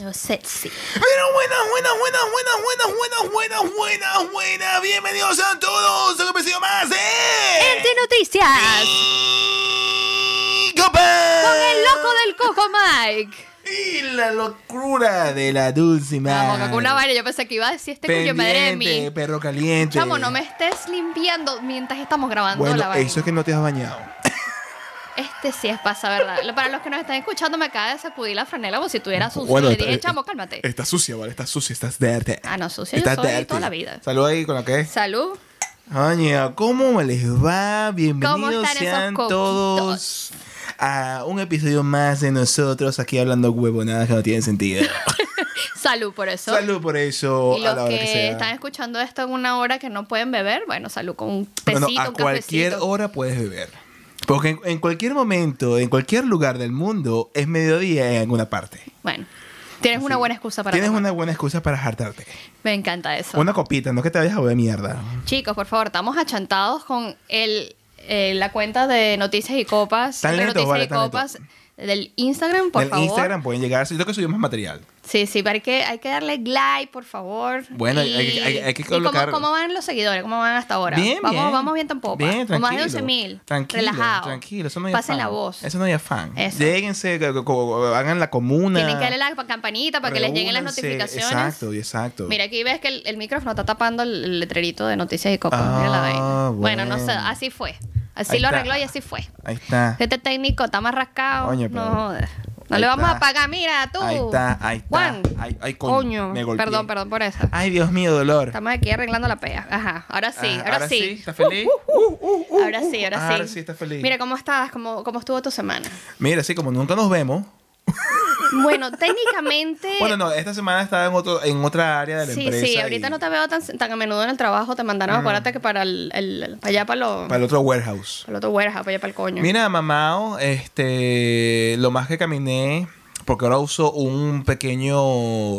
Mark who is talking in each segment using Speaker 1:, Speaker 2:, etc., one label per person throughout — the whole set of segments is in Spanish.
Speaker 1: yo sexy.
Speaker 2: Pero buenas, buenas, buenas, buenas, buenas, buenas, buenas, buenas, buenas. Bienvenidos a todos a un episodio más de...
Speaker 1: Entre noticias.
Speaker 2: Copa.
Speaker 1: Con el loco del Coco Mike.
Speaker 2: Y la locura de la Dulcima.
Speaker 1: Vamos, con una vaina. Yo pensé que iba a decir este cuyo madre de mí.
Speaker 2: perro caliente.
Speaker 1: Chamo, no me estés limpiando mientras estamos grabando la
Speaker 2: Bueno,
Speaker 1: vaina.
Speaker 2: eso es que no te has bañado.
Speaker 1: Este sí es pasa, ¿verdad? Para los que nos están escuchando, me acaba de sacudir la franela como si tuviera sucio.
Speaker 2: Bueno, eh,
Speaker 1: Le
Speaker 2: está-
Speaker 1: dije, chamo, cálmate.
Speaker 2: Estás sucia, ¿vale? Estás sucia, estás dirty.
Speaker 1: Ah, no, sucia yo soy toda la vida.
Speaker 2: Salud ahí con la que es.
Speaker 1: Salud.
Speaker 2: Oña, ¿cómo les va? Bienvenidos
Speaker 1: están esos
Speaker 2: sean
Speaker 1: coquitos?
Speaker 2: todos a un episodio más de nosotros aquí hablando huevonadas que no tienen sentido.
Speaker 1: Salud por eso.
Speaker 2: Salud por eso
Speaker 1: Y
Speaker 2: a
Speaker 1: los
Speaker 2: la hora
Speaker 1: que,
Speaker 2: que, sea.
Speaker 1: están escuchando esto en una hora que no pueden beber, bueno, salud con un
Speaker 2: No,
Speaker 1: tecito,
Speaker 2: no,
Speaker 1: un
Speaker 2: a cualquier
Speaker 1: cafecito.
Speaker 2: hora puedes beber. Porque en, en cualquier momento, en cualquier lugar del mundo, es mediodía en alguna parte.
Speaker 1: Bueno, tienes una buena excusa para
Speaker 2: Tienes
Speaker 1: tomar.
Speaker 2: una buena excusa para hartarte.
Speaker 1: Me encanta eso.
Speaker 2: Una copita, no que te vayas a volver mierda.
Speaker 1: Chicos, por favor, estamos achantados con el, eh, la cuenta de Noticias y Copas.
Speaker 2: Tan
Speaker 1: de
Speaker 2: lento,
Speaker 1: Noticias
Speaker 2: vale,
Speaker 1: y
Speaker 2: tan lento.
Speaker 1: Copas del Instagram, por
Speaker 2: en
Speaker 1: favor.
Speaker 2: Instagram pueden llegar. Yo creo que subimos material.
Speaker 1: Sí, sí, pero hay que, hay que darle like, por favor.
Speaker 2: Bueno, hay- hay- hay- hay que
Speaker 1: ¿y cómo-
Speaker 2: colocar-
Speaker 1: cómo, van los seguidores? ¿Cómo van hasta ahora?
Speaker 2: Bien,
Speaker 1: vamos,
Speaker 2: bien.
Speaker 1: Vamos bien tampoco.
Speaker 2: Bien, tranquilo.
Speaker 1: Más de 11 mil.
Speaker 2: Tranquilo,
Speaker 1: Relajado.
Speaker 2: tranquilo. Eso no hay
Speaker 1: Pasen la
Speaker 2: afán.
Speaker 1: voz.
Speaker 2: Eso no hay afán.
Speaker 1: Eso.
Speaker 2: Lléguense, co- co- co- hagan la comuna.
Speaker 1: Tienen que darle la pa- campanita para que les lleguen las
Speaker 2: reúnanse.
Speaker 1: notificaciones.
Speaker 2: Exacto, y exacto.
Speaker 1: Mira, aquí ves que el, el micrófono está tapando el, el letrerito de Noticias y Copas. Mira la
Speaker 2: Ah,
Speaker 1: vaina. Bueno, no sé,
Speaker 2: bueno.
Speaker 1: así fue. Así
Speaker 2: Ahí
Speaker 1: lo
Speaker 2: está.
Speaker 1: arregló y así fue.
Speaker 2: Ahí está.
Speaker 1: Este técnico está más rascado.
Speaker 2: Coño, pero-
Speaker 1: no jodas. No
Speaker 2: Ahí
Speaker 1: le vamos
Speaker 2: está.
Speaker 1: a pagar, mira tú.
Speaker 2: Ahí está, ahí está.
Speaker 1: Juan.
Speaker 2: Ay, ay, coño, me golpeé. Ah,
Speaker 1: perdón, perdón por eso.
Speaker 2: Ay, Dios mío, dolor.
Speaker 1: Estamos aquí arreglando la pea. Ajá, ahora sí,
Speaker 2: Ah,
Speaker 1: ahora, sí. Uh,
Speaker 2: ¿Estás feliz?
Speaker 1: ahora sí, ahora sí.
Speaker 2: uh, Ahora sí estás feliz.
Speaker 1: Mira, ¿cómo estás? ¿Cómo, cómo estuvo tu semana?
Speaker 2: Mira, sí, como nunca nos vemos.
Speaker 1: Bueno, técnicamente...
Speaker 2: Bueno, no, esta semana estaba en, otro, en otra área de la
Speaker 1: sí,
Speaker 2: empresa.
Speaker 1: sí, ahorita
Speaker 2: y- Ah.
Speaker 1: no te veo tan, tan a menudo en el trabajo. Te mandaron, acuérdate que para el, el- para allá, para, lo,
Speaker 2: Para el otro warehouse.
Speaker 1: para el otro warehouse, para allá, para el coño.
Speaker 2: Mira, mamao, este, lo más que caminé, porque ahora uso un pequeño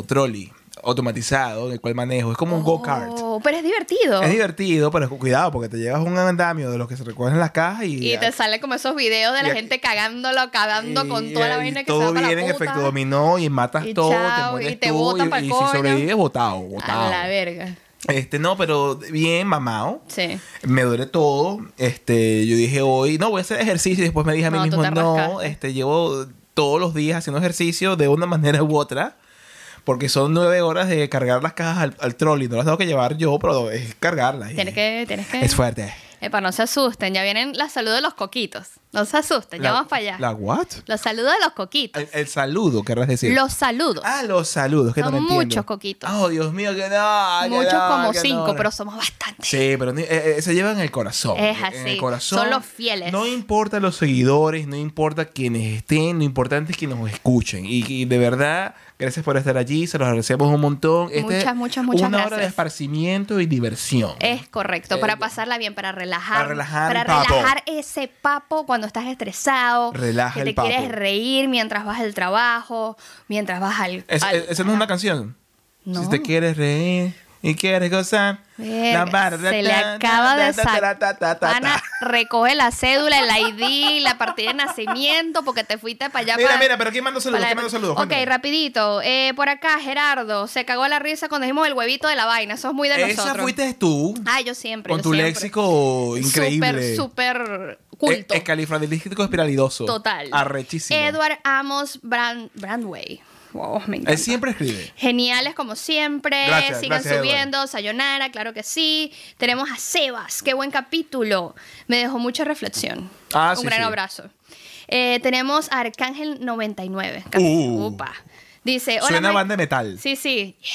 Speaker 2: trolley automatizado, el cual manejo. Es como un go-kart.
Speaker 1: Oh, pero es divertido.
Speaker 2: Es divertido, pero cuidado, porque te llevas un andamio de los que se recogen en las cajas y...
Speaker 1: Y te sale como esos videos de
Speaker 2: Y
Speaker 1: la
Speaker 2: aquí-
Speaker 1: gente cagándolo, cagando con
Speaker 2: y-
Speaker 1: toda la
Speaker 2: y
Speaker 1: vaina que se
Speaker 2: todo
Speaker 1: va para la
Speaker 2: viene en
Speaker 1: puta.
Speaker 2: efecto dominó y matas
Speaker 1: Y
Speaker 2: todo,
Speaker 1: chao,
Speaker 2: te mueres
Speaker 1: y te
Speaker 2: tú,
Speaker 1: botan
Speaker 2: y,
Speaker 1: pa'l
Speaker 2: y
Speaker 1: coño.
Speaker 2: si sobrevives, botado,
Speaker 1: A la
Speaker 2: botado.
Speaker 1: verga.
Speaker 2: Este, no, pero bien mamado.
Speaker 1: Sí.
Speaker 2: Me duele todo. Este, yo dije hoy, no, voy a hacer ejercicio. Y después me dije a mí
Speaker 1: No, tú
Speaker 2: mismo,
Speaker 1: te
Speaker 2: no,
Speaker 1: rascaste.
Speaker 2: este, llevo todos los días haciendo ejercicio de una manera u otra. Porque son nueve horas de cargar las cajas al, al trolley. No las tengo que llevar yo, pero es cargarlas. Y
Speaker 1: Tienes que, tienes que.
Speaker 2: Es fuerte.
Speaker 1: Epa, no se asusten, ya vienen la salud de los coquitos. No se asusten, ya
Speaker 2: La-
Speaker 1: vamos para allá.
Speaker 2: ¿La what?
Speaker 1: Los saludos de los coquitos.
Speaker 2: El, el saludo, querrás decir.
Speaker 1: Los saludos.
Speaker 2: Ah, los saludos, que no
Speaker 1: Son
Speaker 2: lo entiendo.
Speaker 1: muchos coquitos.
Speaker 2: Oh, Dios mío, que no. que
Speaker 1: Muchos
Speaker 2: no,
Speaker 1: como
Speaker 2: que
Speaker 1: cinco,
Speaker 2: no.
Speaker 1: pero somos bastantes.
Speaker 2: Sí, pero ni- eh, eh, se llevan el corazón.
Speaker 1: Es
Speaker 2: En
Speaker 1: así.
Speaker 2: el corazón.
Speaker 1: Son los fieles.
Speaker 2: No importa los seguidores, no importa quienes estén, lo importante es que nos escuchen. Y, y de verdad, gracias por estar allí, se los agradecemos un montón. Este
Speaker 1: Muchas,
Speaker 2: es
Speaker 1: muchas, muchas
Speaker 2: Una hora
Speaker 1: gracias.
Speaker 2: de esparcimiento y diversión.
Speaker 1: Es correcto,
Speaker 2: Eh,
Speaker 1: para pasarla bien, para relajar.
Speaker 2: para relajar
Speaker 1: para
Speaker 2: el papo.
Speaker 1: relajar ese papo cuando estás estresado.
Speaker 2: Relaja
Speaker 1: que
Speaker 2: el
Speaker 1: te
Speaker 2: papo.
Speaker 1: quieres reír mientras vas al trabajo, mientras vas al.
Speaker 2: Es-
Speaker 1: al-
Speaker 2: es- Esa no es una canción.
Speaker 1: No.
Speaker 2: Si te quieres reír y quieres gozar.
Speaker 1: Verga,
Speaker 2: la barra-
Speaker 1: se le
Speaker 2: ta-
Speaker 1: acaba de
Speaker 2: ta- ta- ta- ta- ta- ta-
Speaker 1: sacar. Recoge la cédula, el ID, la partida de nacimiento, porque te fuiste para allá.
Speaker 2: Mira,
Speaker 1: para-
Speaker 2: mira, pero ¿quién mandó saludos?
Speaker 1: para-
Speaker 2: ¿Quién mandó saludos?
Speaker 1: Ok,
Speaker 2: Cuéntame.
Speaker 1: rapidito. Eh, por acá, Gerardo, se cagó la risa cuando dijimos el huevito de la vaina. Eso es muy de
Speaker 2: Esa
Speaker 1: nosotros.
Speaker 2: fuiste tú.
Speaker 1: Ah, yo siempre.
Speaker 2: Con
Speaker 1: yo
Speaker 2: tu
Speaker 1: siempre.
Speaker 2: léxico increíble.
Speaker 1: Súper, súper culto.
Speaker 2: Es califradilístico espiralidoso.
Speaker 1: Total.
Speaker 2: Arrechísimo.
Speaker 1: Edward Amos Brand, Brandway. Wow, me encanta.
Speaker 2: Él siempre escribe.
Speaker 1: Geniales como siempre.
Speaker 2: Gracias,
Speaker 1: Sigan
Speaker 2: gracias,
Speaker 1: subiendo. Sayonara, claro que sí. Tenemos a Sebas. Qué buen capítulo. Me dejó mucha reflexión.
Speaker 2: Ah,
Speaker 1: Un
Speaker 2: sí,
Speaker 1: gran
Speaker 2: sí.
Speaker 1: abrazo. Eh, tenemos a Arcángel 99. Casi.
Speaker 2: Uh.
Speaker 1: Upa. Dice, Eh, hola.
Speaker 2: Suena
Speaker 1: Mike".
Speaker 2: banda de metal.
Speaker 1: Sí, sí. Yeah.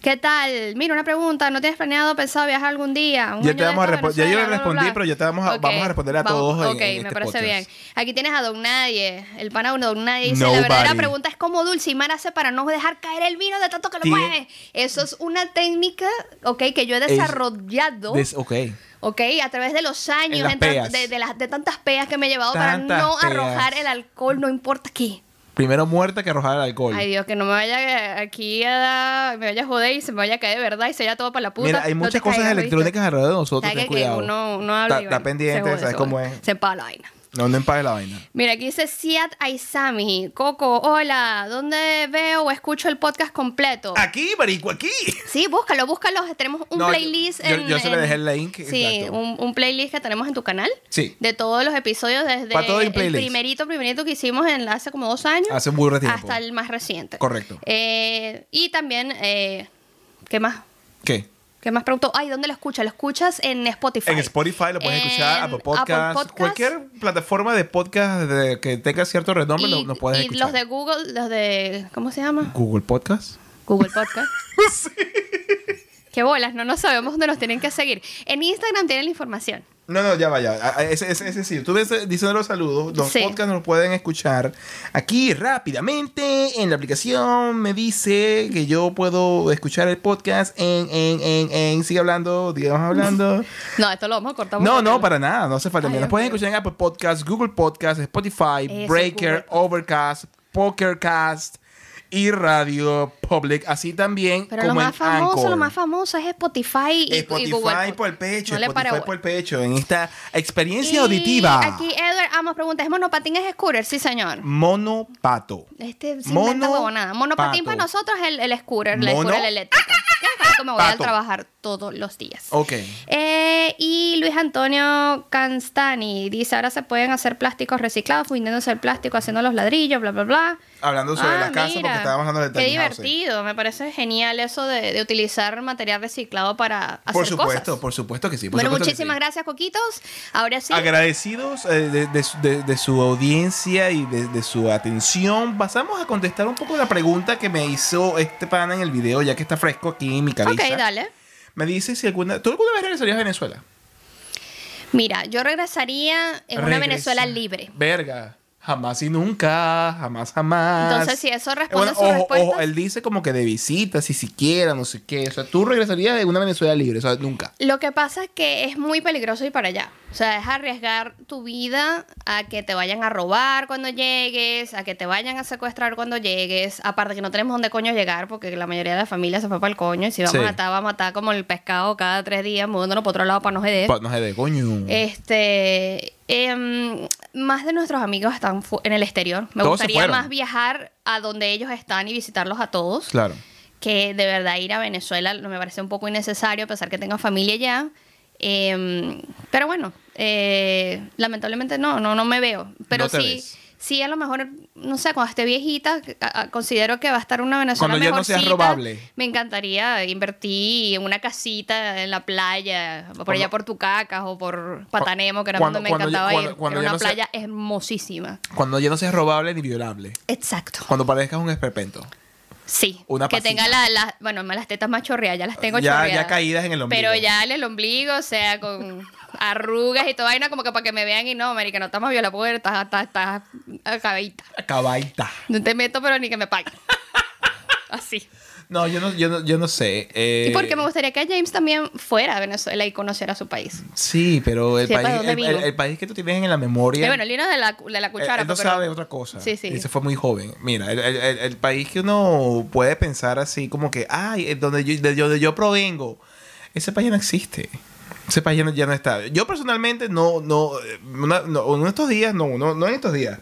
Speaker 1: ¿Qué tal? Mira, una pregunta. ¿No tienes planeado pensado viajar algún día? Un
Speaker 2: Ya
Speaker 1: año
Speaker 2: te vamos a
Speaker 1: lejos de Venezuela,
Speaker 2: respon- ya yo le
Speaker 1: bla, bla,
Speaker 2: respondí,
Speaker 1: bla?
Speaker 2: pero ya te vamos a-
Speaker 1: Ok,
Speaker 2: vamos a responder a todos en-
Speaker 1: Ok,
Speaker 2: en
Speaker 1: me
Speaker 2: este
Speaker 1: parece
Speaker 2: podcast.
Speaker 1: bien. Aquí tienes a Don Nadie, el pana uno Don Nadie. Dice, la
Speaker 2: Nobody.
Speaker 1: verdadera pregunta es cómo Dulcimar hace para no dejar caer el vino de tanto que lo
Speaker 2: Tiene-
Speaker 1: mueve. Eso es una técnica, ok, que yo he
Speaker 2: Es-
Speaker 1: desarrollado,
Speaker 2: Des- ok.
Speaker 1: ok, a través de los años,
Speaker 2: En las
Speaker 1: en tra-
Speaker 2: peas.
Speaker 1: de, de las- de tantas peas que me he llevado para
Speaker 2: Tantas
Speaker 1: no
Speaker 2: peas.
Speaker 1: arrojar el alcohol, no importa qué.
Speaker 2: Primero muerta que arrojar el alcohol.
Speaker 1: Ay Dios, que no me vaya aquí a dar, me vaya a joder y se me vaya a caer de verdad y se vaya todo para la puta.
Speaker 2: Mira, hay
Speaker 1: No te
Speaker 2: muchas cosas
Speaker 1: caigas, ¿viste?
Speaker 2: electrónicas alrededor de nosotros.
Speaker 1: Sabe
Speaker 2: Ten
Speaker 1: que, que
Speaker 2: cuidado.
Speaker 1: uno, uno habla
Speaker 2: Está-
Speaker 1: y bueno,
Speaker 2: está
Speaker 1: se
Speaker 2: pendiente,
Speaker 1: jode,
Speaker 2: sabes
Speaker 1: se
Speaker 2: cómo
Speaker 1: jode.
Speaker 2: es.
Speaker 1: Se empala la vaina.
Speaker 2: No anden para la vaina.
Speaker 1: Mira, aquí dice Siad Aizami. Coco, hola. ¿Dónde veo o escucho el podcast completo?
Speaker 2: Aquí, marico, aquí.
Speaker 1: Sí, búscalo, búscalo. Tenemos un
Speaker 2: No, yo-
Speaker 1: playlist.
Speaker 2: yo-
Speaker 1: en-
Speaker 2: yo se le
Speaker 1: en-
Speaker 2: dejé el link,
Speaker 1: Sí,
Speaker 2: exacto.
Speaker 1: un, un playlist que tenemos en tu canal.
Speaker 2: Sí.
Speaker 1: De todos los episodios desde
Speaker 2: Pa' todo hay
Speaker 1: el
Speaker 2: playlist.
Speaker 1: primerito, primerito que hicimos en, hace como dos años.
Speaker 2: Hace un burro de tiempo.
Speaker 1: Hasta el más reciente.
Speaker 2: Correcto.
Speaker 1: Eh, y también, eh, ¿qué más?
Speaker 2: ¿Qué?
Speaker 1: ¿Qué más preguntó? Ay, ¿dónde lo escuchas? Lo escuchas en Spotify.
Speaker 2: En Spotify lo puedes
Speaker 1: En
Speaker 2: escuchar, Apple Podcast,
Speaker 1: Podcast.
Speaker 2: cualquier plataforma de podcast de- que tenga cierto renombre lo,
Speaker 1: Y,
Speaker 2: lo puedes
Speaker 1: y
Speaker 2: escuchar.
Speaker 1: los de Google, los de. ¿Cómo se llama?
Speaker 2: Google Podcast.
Speaker 1: Google Podcast. Qué bolas, no, no sabemos dónde nos tienen que seguir. En Instagram tienen la información.
Speaker 2: No, no, ya vaya. A- a- Ese, ese, ese sí. Tú ves eh, diciendo los saludos. Los
Speaker 1: Sí.
Speaker 2: podcasts nos pueden escuchar aquí rápidamente en la aplicación. Me dice que yo puedo escuchar el podcast en, en, en, en. Sigue hablando, digamos hablando.
Speaker 1: No, esto lo vamos a cortar.
Speaker 2: No,
Speaker 1: porque-
Speaker 2: no, para nada, no hace falta.
Speaker 1: Ay,
Speaker 2: Mira, nos
Speaker 1: ok.
Speaker 2: pueden escuchar en Apple Podcasts, Google Podcasts, Spotify,
Speaker 1: Eso,
Speaker 2: Breaker,
Speaker 1: Google.
Speaker 2: Overcast, Pokercast y Radio Public. Así también
Speaker 1: Pero
Speaker 2: como
Speaker 1: lo más
Speaker 2: en
Speaker 1: famoso,
Speaker 2: Anchor.
Speaker 1: lo más famoso es Spotify y, y
Speaker 2: Eh, Spotify
Speaker 1: Google.
Speaker 2: por el pecho,
Speaker 1: No le para
Speaker 2: Spotify por el pecho, en esta
Speaker 1: bola.
Speaker 2: experiencia
Speaker 1: Y
Speaker 2: auditiva.
Speaker 1: Aquí Edward Amos pregunta, ¿es monopatín es scooter? Sí, señor.
Speaker 2: Monopato.
Speaker 1: Este se
Speaker 2: Mono-
Speaker 1: inventa huevonada. Monopatín
Speaker 2: pato.
Speaker 1: para nosotros es el, el scooter, la
Speaker 2: Mono-
Speaker 1: scooter eléctrica. Yo con esto me voy a
Speaker 2: Pato. Oh.
Speaker 1: trabajar todos los días.
Speaker 2: Ok.
Speaker 1: Eh, y Luis Antonio Canstani dice, ahora se pueden hacer plásticos reciclados, fundiendo el plástico, haciendo los ladrillos, bla, bla, bla.
Speaker 2: Hablando sobre
Speaker 1: Ah,
Speaker 2: las casas, porque
Speaker 1: mira.
Speaker 2: estábamos hablando de
Speaker 1: Qué
Speaker 2: tiny houses.
Speaker 1: divertido, me parece genial eso de, de utilizar material reciclado para hacer
Speaker 2: Por supuesto,
Speaker 1: cosas.
Speaker 2: por supuesto que sí. por
Speaker 1: bueno,
Speaker 2: supuesto que
Speaker 1: muchísimas
Speaker 2: sí.
Speaker 1: gracias, Coquitos. Ahora sí.
Speaker 2: Agradecidos eh, de, de su- de- de su audiencia y de, de su atención, pasamos a contestar un poco la pregunta que me hizo este pana en el video, ya que está fresco aquí en mi cabeza.
Speaker 1: ok, dale.
Speaker 2: Me dice si alguna... ¿Tú alguna vez regresarías a Venezuela?
Speaker 1: Mira, yo regresaría en una
Speaker 2: Regresa.
Speaker 1: Venezuela libre.
Speaker 2: Verga. Jamás y nunca, jamás, jamás. Eh,
Speaker 1: Entonces, si eso responde
Speaker 2: Bueno,
Speaker 1: a sus
Speaker 2: ojo,
Speaker 1: respuestas-
Speaker 2: ojo, él dice como que de visita, si siquiera, no sé qué. O sea, tú regresarías de una Venezuela libre, o sea, nunca.
Speaker 1: Lo que pasa es que es muy peligroso ir para allá. O sea, es arriesgar tu vida a que te vayan a robar cuando llegues, a que te vayan a secuestrar cuando llegues. Aparte que no tenemos dónde coño llegar porque la mayoría de la familia se fue para el coño y si vamos
Speaker 2: Sí.
Speaker 1: a matar, vamos a matar como el pescado cada tres días, mudándonos para otro lado para no joder.
Speaker 2: Pa- No sé de coño.
Speaker 1: Eh. Este, em, más de nuestros amigos están fu- en el exterior. Me
Speaker 2: Todos se
Speaker 1: gustaría
Speaker 2: fueron.
Speaker 1: más viajar a donde ellos están y visitarlos a todos
Speaker 2: Claro.
Speaker 1: que de verdad ir a Venezuela no me parece un poco innecesario, a pesar que tenga familia allá. Eh, pero bueno, eh, lamentablemente no, no, no me veo. Pero
Speaker 2: No te
Speaker 1: sí,
Speaker 2: ves.
Speaker 1: sí, a lo mejor, no sé, cuando esté viejita, a- a- considero que va a estar una Venezuela
Speaker 2: Cuando ya no
Speaker 1: mejorcita.
Speaker 2: seas robable.
Speaker 1: Me encantaría invertir en una casita en la playa, por
Speaker 2: Cuando-
Speaker 1: allá por Tucacas o por Patanemo, que era
Speaker 2: Cuando-
Speaker 1: donde me
Speaker 2: cuando ya-
Speaker 1: encantaba
Speaker 2: cuando-
Speaker 1: ir.
Speaker 2: cuando
Speaker 1: era
Speaker 2: ya
Speaker 1: una
Speaker 2: no sea-
Speaker 1: playa hermosísima.
Speaker 2: Cuando ya no seas robable ni violable.
Speaker 1: Exacto.
Speaker 2: Cuando parezcas un esperpento.
Speaker 1: Sí.
Speaker 2: Una
Speaker 1: que
Speaker 2: pasita.
Speaker 1: tenga la- las, bueno, más las tetas más chorreadas, ya las tengo
Speaker 2: Ya-
Speaker 1: chorreadas.
Speaker 2: ya caídas en el ombligo.
Speaker 1: Pero ya en el ombligo, o sea, con arrugas y toda vaina, como que para que me vean y no, marica, no estamos viola porque estás, estás, estás acabadita.
Speaker 2: Cabaita.
Speaker 1: No te meto, pero ni que me paguen. Así.
Speaker 2: No, yo no, yo no, yo no sé. eh,
Speaker 1: y porque me gustaría que James también fuera a Venezuela y conociera su país.
Speaker 2: Sí, pero el,
Speaker 1: Sepa
Speaker 2: país,
Speaker 1: dónde
Speaker 2: el,
Speaker 1: vivo.
Speaker 2: el- el país que tú tienes en la memoria.
Speaker 1: Eh, bueno, el vino de la, de la
Speaker 2: él-
Speaker 1: cuchara.
Speaker 2: Eh, él no
Speaker 1: pero-
Speaker 2: sabe otra cosa.
Speaker 1: Sí, sí.
Speaker 2: Y se fue muy joven. Mira, el, el- el- el país que uno puede pensar así, como que, ay, es donde yo, de- yo- de yo provengo, ese país ya no existe. Ese país ya no, ya no está. Yo personalmente no, no, eh, una- no, en estos días, no, no, no en estos días.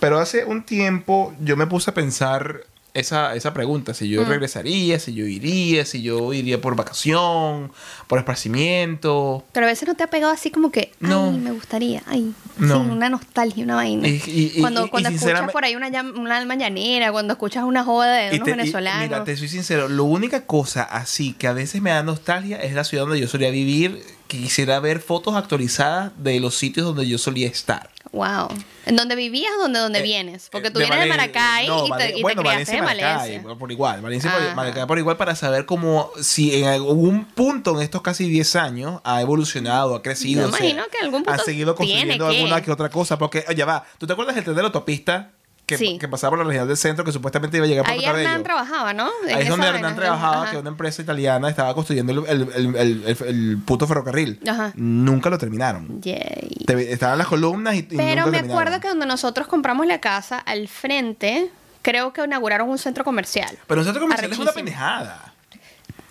Speaker 2: Pero hace un tiempo yo me puse a pensar esa, esa pregunta, si
Speaker 1: Mm.
Speaker 2: yo regresaría, si yo iría, si yo iría por vacación, por esparcimiento.
Speaker 1: Pero a veces no te ha pegado así como que, ay,
Speaker 2: No.
Speaker 1: me gustaría, ay,
Speaker 2: No.
Speaker 1: sí, una nostalgia, una vaina.
Speaker 2: Y- y- y-
Speaker 1: cuando
Speaker 2: y-
Speaker 1: cuando escuchas
Speaker 2: y sinceramente-
Speaker 1: por ahí una, llam- una mañanera, cuando escuchas una joda de
Speaker 2: Y
Speaker 1: unos
Speaker 2: te- y
Speaker 1: venezolanos.
Speaker 2: mira, te soy sincero, la única cosa así que a veces me da nostalgia es la ciudad donde yo solía vivir, que quisiera ver fotos actualizadas de los sitios donde yo solía estar.
Speaker 1: Wow. ¿En dónde vivías o donde, donde
Speaker 2: Eh,
Speaker 1: vienes? Porque
Speaker 2: Eh,
Speaker 1: tú vienes de
Speaker 2: Valen-
Speaker 1: Maracay
Speaker 2: no,
Speaker 1: y
Speaker 2: Valen-
Speaker 1: te, y te
Speaker 2: bueno,
Speaker 1: criaste en
Speaker 2: Maracay,
Speaker 1: Valencia.
Speaker 2: por- por igual, Valencia por,
Speaker 1: Ajá.
Speaker 2: Maracay por igual para saber cómo si en algún punto en estos casi 10 años ha evolucionado, ha crecido,
Speaker 1: Yo
Speaker 2: o sea,
Speaker 1: imagino que algún punto
Speaker 2: ha seguido
Speaker 1: tiene
Speaker 2: construyendo
Speaker 1: que.
Speaker 2: alguna que otra cosa, porque oye, va, ¿tú te acuerdas del tren de la autopista que,
Speaker 1: Sí.
Speaker 2: que pasaba por la región del centro que supuestamente iba a llegar por
Speaker 1: Ahí
Speaker 2: Cabello?
Speaker 1: Hernán trabajaba, ¿no? En
Speaker 2: Ahí es
Speaker 1: esa
Speaker 2: donde
Speaker 1: vaina,
Speaker 2: Hernán
Speaker 1: ¿no?
Speaker 2: trabajaba,
Speaker 1: Ajá.
Speaker 2: que una empresa italiana estaba construyendo el, el- el- el- el- el puto ferrocarril.
Speaker 1: Ajá.
Speaker 2: Nunca lo terminaron.
Speaker 1: Yay.
Speaker 2: Te- estaban las columnas y, y nunca
Speaker 1: Pero me
Speaker 2: terminaron.
Speaker 1: acuerdo que donde nosotros compramos la casa, al frente, creo que inauguraron un centro comercial.
Speaker 2: Pero el centro comercial es una
Speaker 1: Arrechísimo.
Speaker 2: pendejada.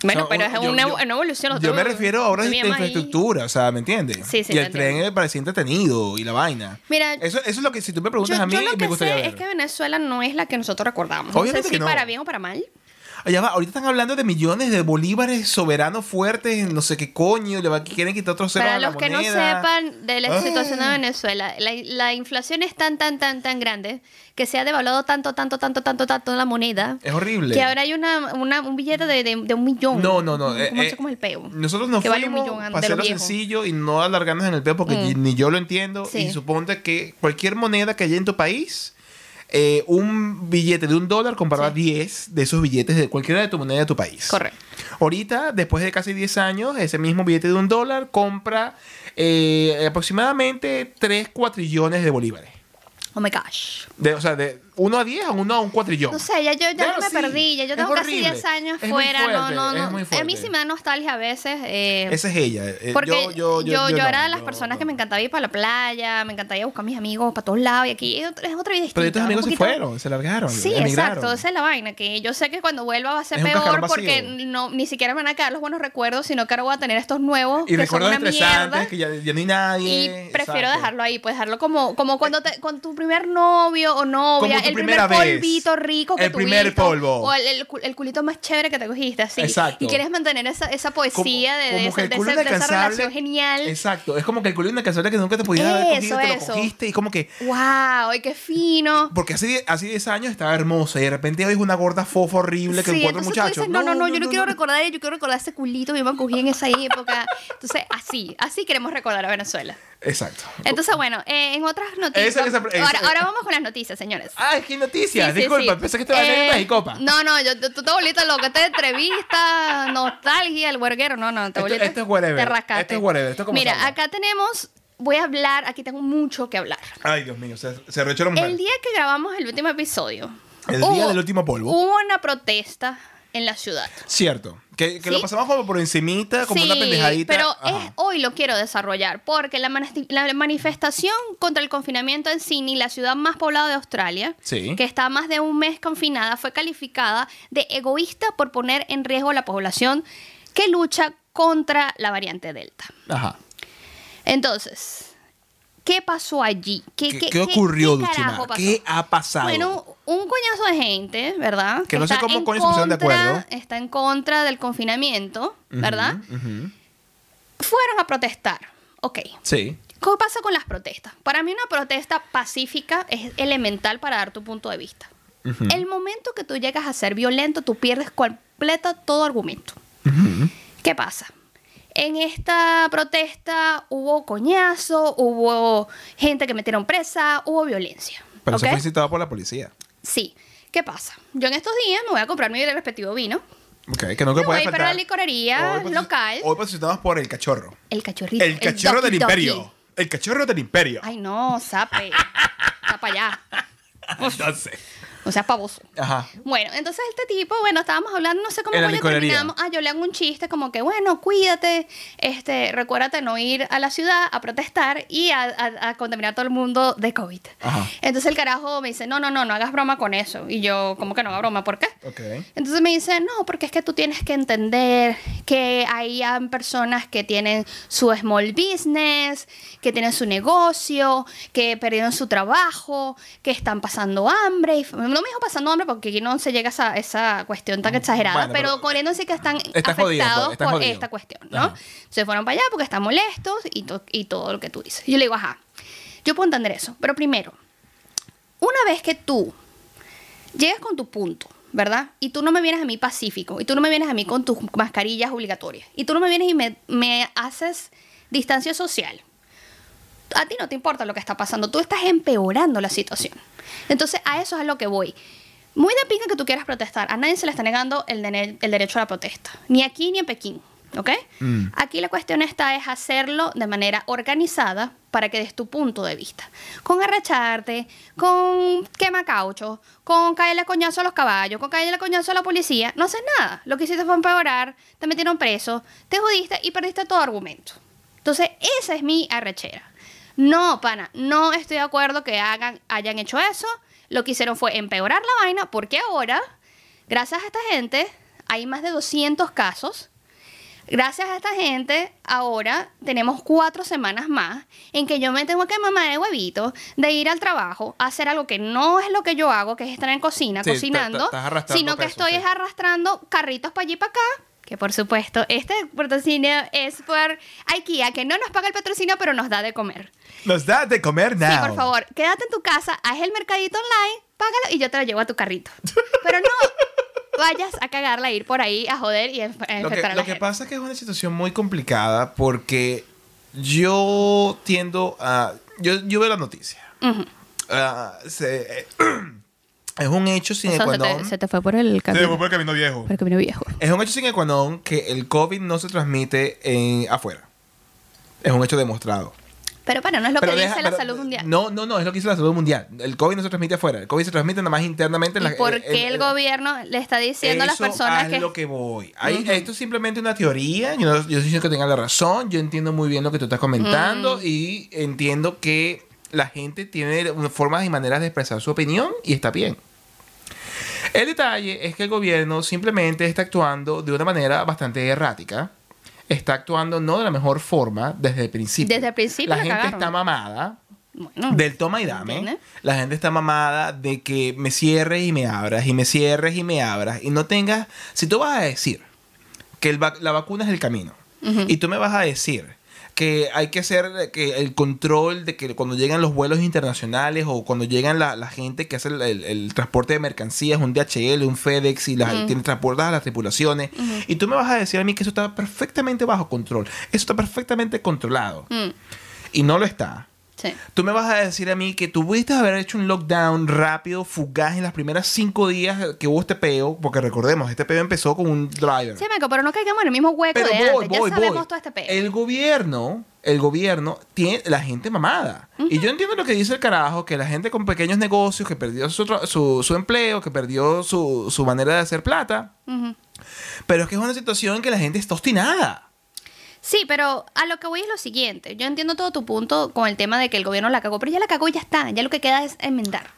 Speaker 1: Bueno,
Speaker 2: Son
Speaker 1: pero
Speaker 2: Pues, un-
Speaker 1: es
Speaker 2: yo-
Speaker 1: una,
Speaker 2: yo-
Speaker 1: una evolución.
Speaker 2: Yo
Speaker 1: nosotros
Speaker 2: me refiero a obras de
Speaker 1: vivíamos ahí.
Speaker 2: infraestructura, o sea, ¿me entiendes?
Speaker 1: Sí, sí,
Speaker 2: Y
Speaker 1: te
Speaker 2: el tren
Speaker 1: entiendo.
Speaker 2: me parecía entretenido y la vaina.
Speaker 1: Mira,
Speaker 2: Eso, eso es lo que, si tú me
Speaker 1: yo,
Speaker 2: preguntas a mí,
Speaker 1: yo lo
Speaker 2: me
Speaker 1: que
Speaker 2: gustaría
Speaker 1: sé
Speaker 2: ver.
Speaker 1: es que Venezuela no es la que nosotros recordamos. No sé
Speaker 2: Obviamente
Speaker 1: si
Speaker 2: que no.
Speaker 1: para bien o para mal.
Speaker 2: Allá va, ahorita están hablando de millones de bolívares soberanos fuertes, no sé qué coño, le va, que quieren quitar otros ceros
Speaker 1: Para
Speaker 2: a la
Speaker 1: los que no
Speaker 2: moneda.
Speaker 1: sepan de la
Speaker 2: Ah.
Speaker 1: situación de Venezuela, la, la inflación es tan, tan, tan, tan grande que se ha devaluado tanto, tanto, tanto, tanto, tanto la moneda
Speaker 2: Es horrible.
Speaker 1: que ahora hay una, una- un billete de, de- de un millón.
Speaker 2: No, no, no.
Speaker 1: Como,
Speaker 2: eh,
Speaker 1: como-
Speaker 2: eh,
Speaker 1: como el peo.
Speaker 2: Nosotros nos
Speaker 1: Que vale un
Speaker 2: fuimos
Speaker 1: millón
Speaker 2: para
Speaker 1: de lo
Speaker 2: hacerlo
Speaker 1: viejo.
Speaker 2: sencillo y no alargarnos en el peo porque
Speaker 1: Mm.
Speaker 2: ni yo lo entiendo.
Speaker 1: Sí.
Speaker 2: Y suponte que cualquier moneda que haya en tu país, eh, un billete de un dólar comparado
Speaker 1: Sí.
Speaker 2: a 10 de esos billetes de cualquiera de tu moneda de tu país.
Speaker 1: Correcto.
Speaker 2: Ahorita, después de casi 10 años, ese mismo billete de un dólar compra eh, aproximadamente 3 cuatrillones de bolívares.
Speaker 1: Oh my gosh.
Speaker 2: De, o sea, de 1 a 10 a 1 a un cuatrillón.
Speaker 1: No sé, ya yo ya
Speaker 2: Claro,
Speaker 1: me
Speaker 2: sí.
Speaker 1: perdí, ya yo
Speaker 2: Es
Speaker 1: tengo casi
Speaker 2: horrible.
Speaker 1: 10 años
Speaker 2: Es muy
Speaker 1: fuera,
Speaker 2: fuerte,
Speaker 1: no,
Speaker 2: es
Speaker 1: no,
Speaker 2: muy
Speaker 1: no. a
Speaker 2: fuerte.
Speaker 1: mí sí me da nostalgia a veces. eh,
Speaker 2: Esa es ella. Eh,
Speaker 1: porque yo,
Speaker 2: yo, yo, yo, yo
Speaker 1: era
Speaker 2: no,
Speaker 1: de las
Speaker 2: yo-
Speaker 1: personas que me encantaba ir para la playa, me encantaba ir a buscar a mis amigos para todos lados y aquí es otra es otra vida distinta.
Speaker 2: Pero estos
Speaker 1: ¿no?
Speaker 2: amigos
Speaker 1: Un
Speaker 2: se
Speaker 1: poquito-
Speaker 2: fueron, se largaron.
Speaker 1: Sí,
Speaker 2: emigraron.
Speaker 1: exacto, esa es la vaina, que yo sé que cuando vuelva va a ser
Speaker 2: Es un
Speaker 1: peor
Speaker 2: cascarón
Speaker 1: porque
Speaker 2: vacío.
Speaker 1: no, ni siquiera me van a quedar los buenos recuerdos, sino que ahora voy a tener estos nuevos que
Speaker 2: Y
Speaker 1: son
Speaker 2: recuerdos
Speaker 1: una
Speaker 2: estresantes,
Speaker 1: mierda.
Speaker 2: que ya, ya no hay
Speaker 1: Y
Speaker 2: nadie.
Speaker 1: prefiero
Speaker 2: exacto.
Speaker 1: dejarlo ahí, pues dejarlo como, como cuando te, con tu primer novio o novia,
Speaker 2: Como tu
Speaker 1: el primer
Speaker 2: primera vez.
Speaker 1: polvito rico que
Speaker 2: El primer
Speaker 1: tuviste,
Speaker 2: polvo.
Speaker 1: O el, el cul- el culito más chévere que te cogiste, así.
Speaker 2: Exacto.
Speaker 1: Y quieres mantener esa, esa poesía de, de
Speaker 2: como
Speaker 1: esa,
Speaker 2: que el
Speaker 1: de
Speaker 2: culo
Speaker 1: esa- de esa
Speaker 2: inalcanzable-
Speaker 1: relación genial.
Speaker 2: Exacto, es como que el culo inalcanzable que nunca te pudiste haber
Speaker 1: Eso,
Speaker 2: cogido, te lo
Speaker 1: eso.
Speaker 2: cogiste y como que.
Speaker 1: ¡Wow! ¡Ay, qué fino!
Speaker 2: Porque hace, die- hace 10 años estaba hermosa y de repente hoy es una gorda fofa horrible que
Speaker 1: Sí,
Speaker 2: encuentra un
Speaker 1: entonces tú
Speaker 2: muchacho.
Speaker 1: dices, no, no, no, yo no, quiero recordar, yo quiero recordar ese culito que yo me cogí en esa época. Entonces, así, así queremos recordar a Venezuela.
Speaker 2: Exacto.
Speaker 1: Entonces, bueno, eh, en otras noticias.
Speaker 2: Esa- esa- esa-
Speaker 1: ahora, ahora vamos con las noticias, señores.
Speaker 2: Ah, es que hay
Speaker 1: Sí,
Speaker 2: noticias.
Speaker 1: sí,
Speaker 2: Disculpa,
Speaker 1: sí.
Speaker 2: pensé que estaba en
Speaker 1: Eh,
Speaker 2: y copa.
Speaker 1: No, no, yo, tú te volviste loco. Esta entrevista, nostalgia, el huerguero. No, no, te
Speaker 2: Esto-
Speaker 1: volviste.
Speaker 2: esto es whatever,
Speaker 1: Te rascaste.
Speaker 2: esto es whatever, esto es como
Speaker 1: Mira,
Speaker 2: salga.
Speaker 1: acá tenemos. Voy a hablar, aquí tengo mucho que hablar.
Speaker 2: Ay, Dios mío, se, se arrechó la mujer.
Speaker 1: El día que grabamos el último episodio.
Speaker 2: El día del último polvo.
Speaker 1: Hubo una protesta en la ciudad.
Speaker 2: Cierto. Que, que lo
Speaker 1: ¿Sí?
Speaker 2: pasamos como por encimita, como una pendejadita.
Speaker 1: Pero eh,
Speaker 2: Ajá.
Speaker 1: es- hoy lo quiero desarrollar porque la, manesti- la manifestación contra el confinamiento en Sydney, la ciudad más poblada de Australia,
Speaker 2: Sí.
Speaker 1: que está más de un mes confinada, fue calificada de egoísta por poner en riesgo a la población que lucha contra la variante Delta.
Speaker 2: Ajá.
Speaker 1: Entonces, ¿qué pasó allí? ¿Qué,
Speaker 2: ¿Qué,
Speaker 1: qué-
Speaker 2: qué
Speaker 1: qué-
Speaker 2: ocurrió,
Speaker 1: qué
Speaker 2: Duchimar?
Speaker 1: carajo pasó?
Speaker 2: ¿Qué ha pasado?
Speaker 1: Bueno, un coñazo de gente, ¿verdad?
Speaker 2: Que no sé
Speaker 1: está
Speaker 2: cómo
Speaker 1: en
Speaker 2: coño se pusieron de
Speaker 1: contra-
Speaker 2: acuerdo.
Speaker 1: Está en contra del confinamiento, ¿verdad?
Speaker 2: Ujú, ujú.
Speaker 1: Fueron a protestar. Ok.
Speaker 2: Sí.
Speaker 1: ¿Qué pasa con las protestas? Para mí una protesta pacífica es elemental para dar tu punto de vista.
Speaker 2: Ujú.
Speaker 1: El momento que tú llegas a ser violento, tú pierdes completa todo argumento.
Speaker 2: Ujú.
Speaker 1: ¿Qué pasa? En esta protesta hubo coñazo, hubo gente que metieron presa, hubo violencia.
Speaker 2: Pero eso
Speaker 1: ¿ok?
Speaker 2: fue citado por la policía.
Speaker 1: Sí. ¿Qué pasa? Yo en estos días me voy a comprar mi respectivo vino.
Speaker 2: Ok, que nunca
Speaker 1: Me
Speaker 2: puede
Speaker 1: voy
Speaker 2: faltar.
Speaker 1: para la licorería
Speaker 2: Hoy patroci-
Speaker 1: local.
Speaker 2: Hoy patrocinados por el cachorro.
Speaker 1: El cachorrito.
Speaker 2: El cachorro
Speaker 1: Doki
Speaker 2: del
Speaker 1: Doki.
Speaker 2: imperio. El cachorro del imperio.
Speaker 1: Ay, no, sape. Está para allá.
Speaker 2: Entonces.
Speaker 1: O sea, pavoso.
Speaker 2: Ajá.
Speaker 1: Bueno, entonces este tipo, bueno, estábamos hablando, no sé cómo
Speaker 2: En la
Speaker 1: coño
Speaker 2: licorería.
Speaker 1: terminamos. Ah, yo le hago un chiste como que, bueno, cuídate, este, recuérdate no ir a la ciudad a protestar y a, a- a contaminar a todo el mundo de COVID.
Speaker 2: Ajá.
Speaker 1: Entonces el carajo me dice, no, no, no, no hagas broma con eso. Y yo, como que no haga broma? ¿Por qué?
Speaker 2: Ok.
Speaker 1: Entonces me dice, no, porque es que tú tienes que entender que hay am, personas que tienen su small business, que tienen su negocio, que perdieron su trabajo, que están pasando hambre. Y f- no me dijo pasando hambre porque aquí no se llega a esa, esa cuestión tan exagerada,
Speaker 2: Mm, Bueno,
Speaker 1: pero,
Speaker 2: pero-
Speaker 1: con él no sé que están
Speaker 2: Estás
Speaker 1: afectados
Speaker 2: jodido, pues, estás
Speaker 1: por
Speaker 2: jodido.
Speaker 1: esta cuestión, ¿no?
Speaker 2: Ajá.
Speaker 1: Se fueron para allá porque están molestos y, to- y todo lo que tú dices. Yo le digo, ajá, yo puedo entender eso, pero primero, una vez que tú llegas con tu punto, ¿verdad? Y tú no me vienes a mí pacífico, y tú no me vienes a mí con tus mascarillas obligatorias, y tú no me vienes y me, me haces distancia social. A ti no te importa lo que está pasando, tú estás empeorando la situación. Entonces, a eso es a lo que voy. Muy de pinga que tú quieras protestar, a nadie se le está negando el, dene- el derecho a la protesta, ni aquí ni en Pekín, ¿ok?
Speaker 2: Mm.
Speaker 1: Aquí la cuestión está es hacerlo de manera organizada para que des tu punto de vista. Con arracharte, con quema caucho, con caerle a coñazo a los caballos, con caerle a coñazo a la policía, no haces nada. Lo que hiciste fue empeorar, te metieron preso, te jodiste y perdiste todo argumento. Entonces, esa es mi arrechera. No, pana, no estoy de acuerdo que hagan, hayan hecho eso. Lo que hicieron fue empeorar la vaina porque ahora, gracias a esta gente, hay más de 200 casos. Gracias a esta gente, ahora tenemos cuatro semanas más en que yo me tengo que mamar de huevito de ir al trabajo, a hacer algo que no es lo que yo hago, que es estar en cocina,
Speaker 2: Sí, ta- ta-
Speaker 1: cocinando,
Speaker 2: estás arrastrando
Speaker 1: sino que
Speaker 2: peso,
Speaker 1: estoy
Speaker 2: sí.
Speaker 1: es arrastrando carritos para allí y para acá. Que por supuesto, este patrocinio es por IKEA, que no nos paga el patrocinio, pero nos da de comer.
Speaker 2: Nos da de comer
Speaker 1: Sí,
Speaker 2: nada.
Speaker 1: por favor, quédate en tu casa, haz el mercadito online, págalo y yo te lo llevo a tu carrito. Pero no vayas a cagarla, ir por ahí a joder y a enf- a
Speaker 2: Lo que,
Speaker 1: infectar a la
Speaker 2: lo que
Speaker 1: gente.
Speaker 2: pasa es que es una situación muy complicada porque yo tiendo a... Yo, yo veo la noticia.
Speaker 1: Ujú.
Speaker 2: Ah, se- es un hecho sin
Speaker 1: O sea, se,
Speaker 2: ecuador.
Speaker 1: te, se te fue por el
Speaker 2: Sí, fue
Speaker 1: camino,
Speaker 2: por el camino viejo.
Speaker 1: por el camino viejo.
Speaker 2: Es un hecho sin ecuador que el COVID no se transmite en, afuera. Es un hecho demostrado.
Speaker 1: Pero bueno, no es lo
Speaker 2: Pero
Speaker 1: que
Speaker 2: deja-
Speaker 1: dice la
Speaker 2: pero-
Speaker 1: salud mundial.
Speaker 2: No, no, no, es lo que dice la salud mundial. El COVID no se transmite afuera. El COVID se transmite nada más internamente en
Speaker 1: ¿Y
Speaker 2: la
Speaker 1: por
Speaker 2: en-
Speaker 1: qué
Speaker 2: en-
Speaker 1: el gobierno le está diciendo a las
Speaker 2: Eso
Speaker 1: personas
Speaker 2: a
Speaker 1: que...
Speaker 2: lo que voy. Ahí- Esto es simplemente una teoría. Yo no yo no diciendo que tenga la razón. Yo entiendo muy bien lo que tú estás
Speaker 1: Mm.
Speaker 2: comentando y entiendo que la gente tiene una- formas y maneras de expresar su opinión y está bien. El detalle es que el gobierno simplemente está actuando de una manera bastante errática. Está actuando no de la mejor forma desde el principio.
Speaker 1: Desde el principio
Speaker 2: La
Speaker 1: la
Speaker 2: gente
Speaker 1: cagaron.
Speaker 2: está mamada
Speaker 1: Bueno,
Speaker 2: del toma y dame.
Speaker 1: Mm. ¿Entiendes?
Speaker 2: La gente está mamada de que me cierres y me abras, y me cierres y me abras, y no tengas. Si tú vas a decir que el vac- la vacuna es el camino, y tú me vas a decir que hay que hacer eh, que el control de que cuando llegan los vuelos internacionales o cuando llegan la, la gente que hace el, el- el transporte de mercancías, un DHL, un FedEx y las, tiene transportadas las tripulaciones, y tú me vas a decir a mí que eso está perfectamente bajo control, eso está perfectamente controlado,
Speaker 1: mm,
Speaker 2: y no lo está.
Speaker 1: sí.
Speaker 2: Tú me vas a decir a mí que tú pudiste haber hecho un lockdown rápido, fugaz, en las primeras cinco días que hubo este peo, porque recordemos, este peo empezó con un driver.
Speaker 1: Sí, Marco, pero no caigamos en el mismo hueco
Speaker 2: Pero
Speaker 1: de
Speaker 2: voy,
Speaker 1: antes.
Speaker 2: voy,
Speaker 1: ya sabemos
Speaker 2: voy.
Speaker 1: todo este pedo.
Speaker 2: El gobierno, el gobierno tiene la gente mamada. Y yo entiendo lo que dice el carajo, que la gente con pequeños negocios, que perdió su, tra- su, su empleo, que perdió su, su manera de hacer plata,
Speaker 1: Ujú.
Speaker 2: pero es que es una situación en que la gente está obstinada.
Speaker 1: Sí, pero a lo que voy es lo siguiente. Yo entiendo todo tu punto con el tema de que el gobierno la cagó, pero ya la cagó y ya está. Ya lo que queda es enmendar.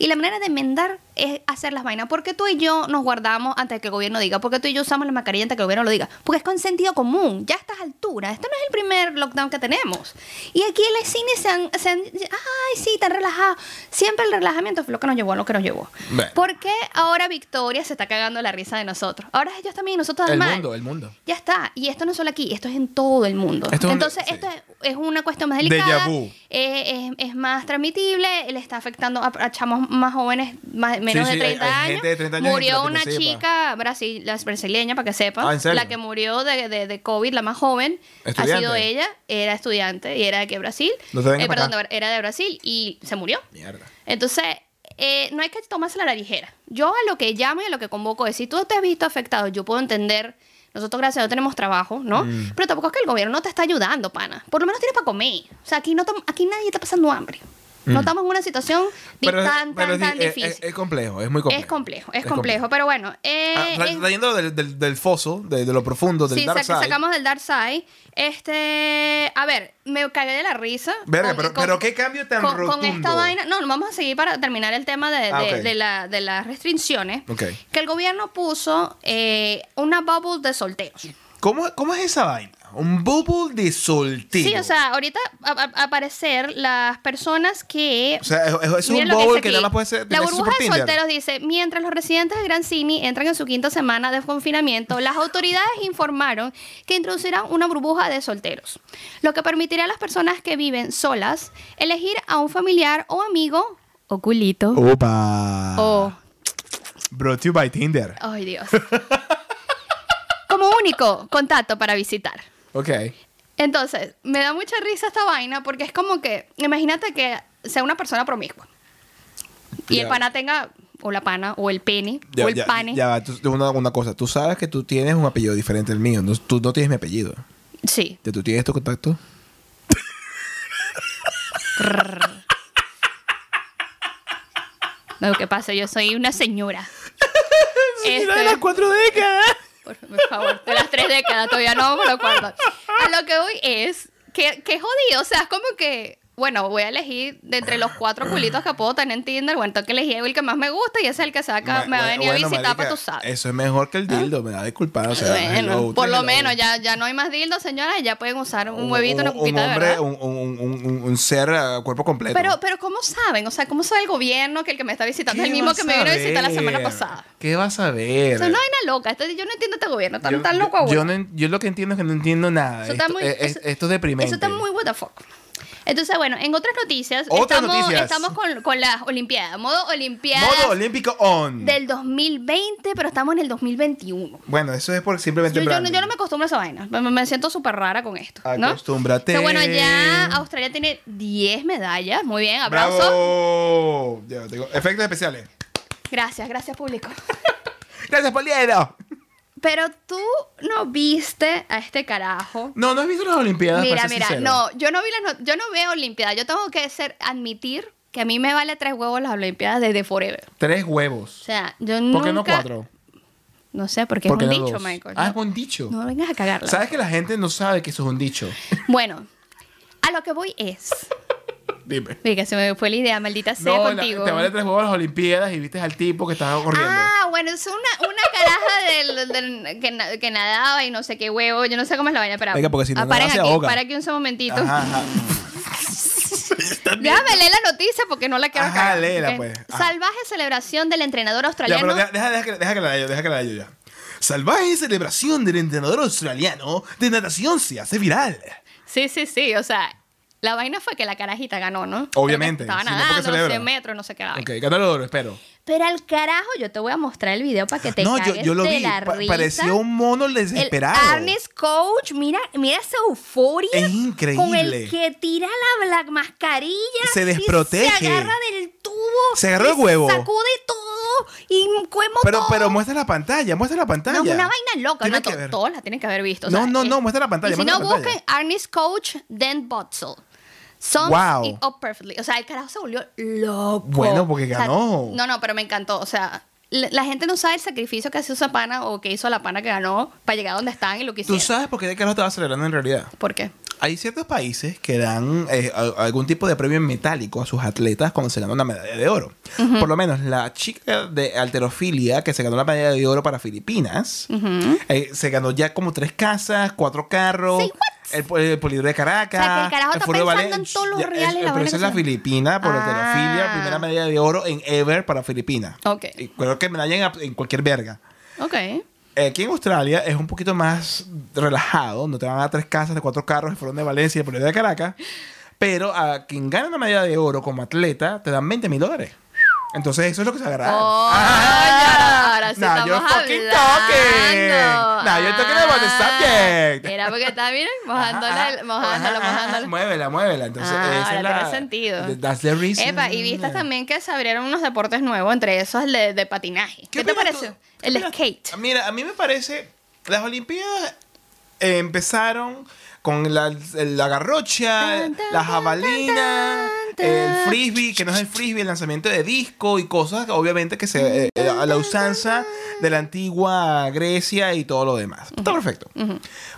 Speaker 1: Y la manera de enmendar es hacer las vainas. ¿Por qué tú y yo nos guardamos antes que el gobierno diga? ¿Por qué tú y yo usamos la mascarilla antes que el gobierno lo diga? Porque es con sentido común. Ya a estas alturas. Este no es el primer lockdown que tenemos. Y aquí en el cine se han... se han- ay, sí, tan relajado. Siempre el relajamiento fue lo que nos llevó a lo que nos llevó.
Speaker 2: Bueno.
Speaker 1: ¿Por qué ahora Victoria se está cagando la risa de nosotros? Ahora ellos también y nosotros
Speaker 2: el
Speaker 1: mal.
Speaker 2: mundo, el mundo.
Speaker 1: Ya está. Y esto no es solo aquí, esto es en todo el mundo.
Speaker 2: Esto es un-
Speaker 1: Entonces,
Speaker 2: sí.
Speaker 1: esto es, es una cuestión más
Speaker 2: Déjà
Speaker 1: delicada.
Speaker 2: vu.
Speaker 1: eh, es, es más transmitible, le está afectando a, a chamos más jóvenes, más, menos
Speaker 2: sí,
Speaker 1: de,
Speaker 2: hay-
Speaker 1: 30
Speaker 2: hay
Speaker 1: años.
Speaker 2: gente de 30 años
Speaker 1: Murió
Speaker 2: que la
Speaker 1: una
Speaker 2: que no sepa.
Speaker 1: chica brasil, la brasileña, para que sepan.
Speaker 2: Ah, ¿en serio?
Speaker 1: La que murió de, de- de COVID, la más joven,
Speaker 2: Estudiante.
Speaker 1: ha sido ella. Era estudiante y era de que Brasil.
Speaker 2: No te vengas
Speaker 1: Eh,
Speaker 2: para
Speaker 1: perdón,
Speaker 2: acá.
Speaker 1: de- era de Brasil y se murió.
Speaker 2: Mierda.
Speaker 1: Entonces, eh, no hay que tomársela a la ligera. Yo a lo que llamo y a lo que convoco es, si tú te has visto afectado, yo puedo entender, nosotros gracias a Dios tenemos trabajo, ¿no?
Speaker 2: Mm.
Speaker 1: Pero tampoco es que el gobierno no te está ayudando, pana. Por lo menos tienes para comer. O sea, aquí, no tam- aquí nadie está pasando hambre. No estamos en una situación di- tan,
Speaker 2: Mm. pero
Speaker 1: tan,
Speaker 2: es-
Speaker 1: tan
Speaker 2: es-
Speaker 1: difícil.
Speaker 2: Es, es complejo, es muy complejo.
Speaker 1: es complejo, es complejo, pero bueno. eh,
Speaker 2: Ah, tra-
Speaker 1: es-
Speaker 2: trayéndolo del, del- del foso, de, de lo profundo, del
Speaker 1: sí,
Speaker 2: dark
Speaker 1: sac-
Speaker 2: side.
Speaker 1: sacamos del Dark Side. Este, a ver, me cagué de la risa.
Speaker 2: Verga,
Speaker 1: con-
Speaker 2: pero,
Speaker 1: con-
Speaker 2: pero qué cambio tan
Speaker 1: con, con
Speaker 2: rotundo.
Speaker 1: esta vaina. No, vamos a seguir para terminar el tema de,
Speaker 2: Ah,
Speaker 1: de-
Speaker 2: ok.
Speaker 1: de la- de las restricciones.
Speaker 2: Ok.
Speaker 1: Que el gobierno puso eh, una bubble de solteros.
Speaker 2: ¿Cómo, ¿Cómo es esa vaina? Un bubble de soltero.
Speaker 1: Sí, o sea, ahorita a- a- aparecer las personas que.
Speaker 2: O sea, es, es- es un
Speaker 1: Miren lo
Speaker 2: bubble
Speaker 1: dice
Speaker 2: que
Speaker 1: aquí.
Speaker 2: nada más puede ser.
Speaker 1: La
Speaker 2: tiene que ser
Speaker 1: burbuja
Speaker 2: por
Speaker 1: de
Speaker 2: Tinder.
Speaker 1: solteros dice: mientras los residentes de Gran Cini entran en su quinta semana de confinamiento, las autoridades informaron que introducirán una burbuja de solteros, lo que permitirá a las personas que viven solas elegir a un familiar o amigo o culito
Speaker 2: Opa.
Speaker 1: o
Speaker 2: Brought to you by Tinder.
Speaker 1: Ay, Dios. Como único contacto para visitar.
Speaker 2: Ok.
Speaker 1: Entonces, me da mucha risa esta vaina porque es como que, imagínate que sea una persona promiscua. Y
Speaker 2: Ya.
Speaker 1: el pana tenga, o la pana, o el pene,
Speaker 2: Ya,
Speaker 1: o el
Speaker 2: ya,
Speaker 1: pane.
Speaker 2: ya va, tú- una, una cosa. Tú sabes que tú tienes un apellido diferente al mío. No, tú no tienes mi apellido.
Speaker 1: Sí.
Speaker 2: ¿Ya tú tienes tu contacto?
Speaker 1: No, ¿qué pasa? Yo soy una señora.
Speaker 2: Mira,
Speaker 1: Este-
Speaker 2: de las cuatro décadas.
Speaker 1: Por favor, de las tres décadas, todavía no me lo acuerdo. A lo que voy es que, que jodido, o sea, es como que bueno, voy a elegir de entre los cuatro culitos que puedo tener en Tinder, bueno, tengo que elegir el que más me gusta y ese es el que saca, me va a venir a visitar para
Speaker 2: marica,
Speaker 1: tu sabes.
Speaker 2: Eso es mejor que el dildo, me va a disculpar. O sea,
Speaker 1: bueno,
Speaker 2: hello,
Speaker 1: por lo
Speaker 2: hello.
Speaker 1: menos ya, ya no hay más dildos, señoras, ya pueden usar un, huevito, una
Speaker 2: un
Speaker 1: copita de
Speaker 2: hombre,
Speaker 1: verdad.
Speaker 2: un, un, un, un- un ser a cuerpo completo.
Speaker 1: Pero, pero ¿cómo saben? O sea, ¿cómo sabe el gobierno que el que me está visitando es el mismo que me vino a visitar la semana pasada?
Speaker 2: ¿Qué vas a ver?
Speaker 1: O sea, una vaina loca. Este- yo no entiendo este gobierno. Están
Speaker 2: Yo-
Speaker 1: tan
Speaker 2: yo-
Speaker 1: loco, güey.
Speaker 2: yo, no en- yo lo que entiendo es que no entiendo nada.
Speaker 1: Eso
Speaker 2: Esto,
Speaker 1: está muy-
Speaker 2: es, es-
Speaker 1: eso-
Speaker 2: esto es deprimente.
Speaker 1: Eso está muy what the fuck. Entonces, bueno, en otras noticias,
Speaker 2: Otras
Speaker 1: estamos,
Speaker 2: noticias.
Speaker 1: estamos con, con las Olimpiadas. Modo Olimpiadas
Speaker 2: Modo olímpico on.
Speaker 1: del 2020, pero estamos en el 2021.
Speaker 2: Bueno, eso es por
Speaker 1: Yo,
Speaker 2: simplemente.
Speaker 1: yo no,
Speaker 2: branding.
Speaker 1: yo no me acostumbro a esa vaina. Me, me siento súper rara con esto. ¿no?
Speaker 2: Acostúmbrate.
Speaker 1: Pero bueno, ya Australia tiene 10 medallas. Muy bien, aplausos.
Speaker 2: Bravo. Ya, te digo, efectos especiales.
Speaker 1: Gracias, gracias, público.
Speaker 2: Gracias, Poliedo.
Speaker 1: Pero tú no viste a este carajo.
Speaker 2: No, no has visto las Olimpiadas.
Speaker 1: Mira,
Speaker 2: para ser
Speaker 1: mira,
Speaker 2: sincero.
Speaker 1: no, yo no vi las no- yo no veo Olimpiadas. Yo tengo que ser, admitir que a mí me vale tres huevos las Olimpiadas desde forever.
Speaker 2: Tres
Speaker 1: O
Speaker 2: huevos.
Speaker 1: sea, yo
Speaker 2: ¿Por
Speaker 1: nunca...
Speaker 2: qué no cuatro?
Speaker 1: No sé, porque,
Speaker 2: ¿Por qué
Speaker 1: es un
Speaker 2: no
Speaker 1: dicho,
Speaker 2: dos?
Speaker 1: Michael.
Speaker 2: Ah,
Speaker 1: No-
Speaker 2: es un dicho.
Speaker 1: No vengas a cagarla.
Speaker 2: ¿Sabes que la gente no sabe que eso es un dicho?
Speaker 1: Bueno, a lo que voy es...
Speaker 2: Dime.
Speaker 1: Mira, se me fue la idea, maldita sea
Speaker 2: No, la-
Speaker 1: contigo.
Speaker 2: te vale tres huevos las Olimpiadas y viste al tipo que estaba corriendo.
Speaker 1: Ah, bueno, es una, una caraja del, del- que, na- que nadaba y no sé qué huevo. Yo no sé cómo es la vaina, pero.
Speaker 2: Venga, porque si no
Speaker 1: Ah, paren
Speaker 2: nada se
Speaker 1: aquí,
Speaker 2: ahoga.
Speaker 1: Para aquí un solo momentito.
Speaker 2: Ajá, ajá.
Speaker 1: Déjame leer la noticia porque no la quiero
Speaker 2: Ajá,
Speaker 1: cagar,
Speaker 2: léela,
Speaker 1: ¿ok?
Speaker 2: pues. Ajá.
Speaker 1: Salvaje celebración del entrenador
Speaker 2: Ya,
Speaker 1: australiano.
Speaker 2: pero deja, deja- deja que, deja que la lea yo, deja que la lea yo ya. Salvaje celebración del entrenador australiano de natación se hace viral.
Speaker 1: Sí, sí, sí. O sea, la vaina fue que la carajita ganó, ¿no?
Speaker 2: Obviamente,
Speaker 1: Estaba
Speaker 2: si no, ¿por qué
Speaker 1: nadando,
Speaker 2: celebra?
Speaker 1: 100 metros, no sé qué. vaina.
Speaker 2: Ok, ganador, espero.
Speaker 1: Pero al carajo, yo te voy a mostrar el video para que te
Speaker 2: no, yo,
Speaker 1: cagues
Speaker 2: yo lo
Speaker 1: de
Speaker 2: vi.
Speaker 1: la
Speaker 2: pa-
Speaker 1: risa.
Speaker 2: parecía un mono
Speaker 1: El
Speaker 2: desesperado.
Speaker 1: Arnes Coach, mira, mira esa euforia.
Speaker 2: Es increíble.
Speaker 1: Con el que tira la, la mascarilla.
Speaker 2: Se
Speaker 1: y
Speaker 2: desprotege.
Speaker 1: Se agarra del tubo.
Speaker 2: Se agarró
Speaker 1: y
Speaker 2: el huevo.
Speaker 1: Sacude todo y cuemo
Speaker 2: Pero,
Speaker 1: todo.
Speaker 2: pero muestra la pantalla, muestra la pantalla.
Speaker 1: no, es una vaina loca.
Speaker 2: Tiene
Speaker 1: una
Speaker 2: que
Speaker 1: to-
Speaker 2: ver.
Speaker 1: Todos la tienen que haber visto. o
Speaker 2: No,
Speaker 1: sea,
Speaker 2: no,
Speaker 1: es-
Speaker 2: no, muestra la pantalla,
Speaker 1: Y si
Speaker 2: muestra
Speaker 1: no,
Speaker 2: la pantalla.
Speaker 1: busquen Arnis Coach, Dan Botzel. Sums
Speaker 2: Wow.
Speaker 1: it up oh, perfectly. O sea, el carajo se volvió loco.
Speaker 2: Bueno, porque
Speaker 1: O sea,
Speaker 2: ganó.
Speaker 1: no, no, pero me encantó. O sea, la, la gente no sabe el sacrificio que hizo esa pana o que hizo la pana que ganó para llegar a donde están y lo que
Speaker 2: Tú
Speaker 1: hicieron.
Speaker 2: sabes por qué de Carlos estaba acelerando en realidad.
Speaker 1: ¿Por qué?
Speaker 2: Hay ciertos países que dan eh, a- algún tipo de premio en metálico a sus atletas cuando se ganan una medalla de oro. Por lo menos la chica de alterofilia que se ganó la medalla de oro para Filipinas, eh, se ganó ya como tres casas, cuatro carros,
Speaker 1: Sí,
Speaker 2: el, po- el Poliedro de Caracas.
Speaker 1: O sea, que el carajo está
Speaker 2: Foro de
Speaker 1: pensando
Speaker 2: Valencia.
Speaker 1: en todos los
Speaker 2: Ya, es-
Speaker 1: reales, la
Speaker 2: pero
Speaker 1: vaina
Speaker 2: esa
Speaker 1: que
Speaker 2: es la
Speaker 1: se-
Speaker 2: Filipina por
Speaker 1: Ah.
Speaker 2: alterofilia, primera medalla de oro en ever para Filipinas.
Speaker 1: Ok.
Speaker 2: Y creo que medalla en ab- en cualquier verga.
Speaker 1: Ok.
Speaker 2: Eh, Aquí en Australia es un poquito más relajado, no te van a dar tres casas de cuatro carros, el fueron de Valencia y el Poliedro de Caracas. Pero a quien gana una medalla de oro como atleta, te dan 20 mil dólares. Entonces, eso es lo que se agarra.
Speaker 1: Oh, ahora sí
Speaker 2: Ah. nah,
Speaker 1: estamos
Speaker 2: yo fucking
Speaker 1: hablando.
Speaker 2: talking. Nah, yo talking about the
Speaker 1: Ah,
Speaker 2: subject.
Speaker 1: Era porque está, miren,
Speaker 2: Ajá,
Speaker 1: mojándola,
Speaker 2: ajá,
Speaker 1: mojándola,
Speaker 2: ajá, ajá,
Speaker 1: mojándola.
Speaker 2: Muévela, muévela. Entonces,
Speaker 1: Ah,
Speaker 2: esa
Speaker 1: ahora
Speaker 2: es la-
Speaker 1: tiene sentido.
Speaker 2: That's the reason.
Speaker 1: Epa, y vistas también que se abrieron unos deportes nuevos, entre esos el de, de patinaje. ¿Qué, te
Speaker 2: opinas
Speaker 1: pareció?
Speaker 2: tú? ¿Qué
Speaker 1: El
Speaker 2: opinas?
Speaker 1: skate.
Speaker 2: Ah, Mira, a mí me parece. Las Olimpiadas eh, empezaron con la, la garrocha,
Speaker 1: Tan, tan,
Speaker 2: la
Speaker 1: tan,
Speaker 2: jabalina,
Speaker 1: tan, tan, tan.
Speaker 2: el frisbee, que no es el frisbee, el lanzamiento de disco y cosas, obviamente, que se. eh, eh, a la usanza de la antigua Grecia y todo lo demás. Está perfecto.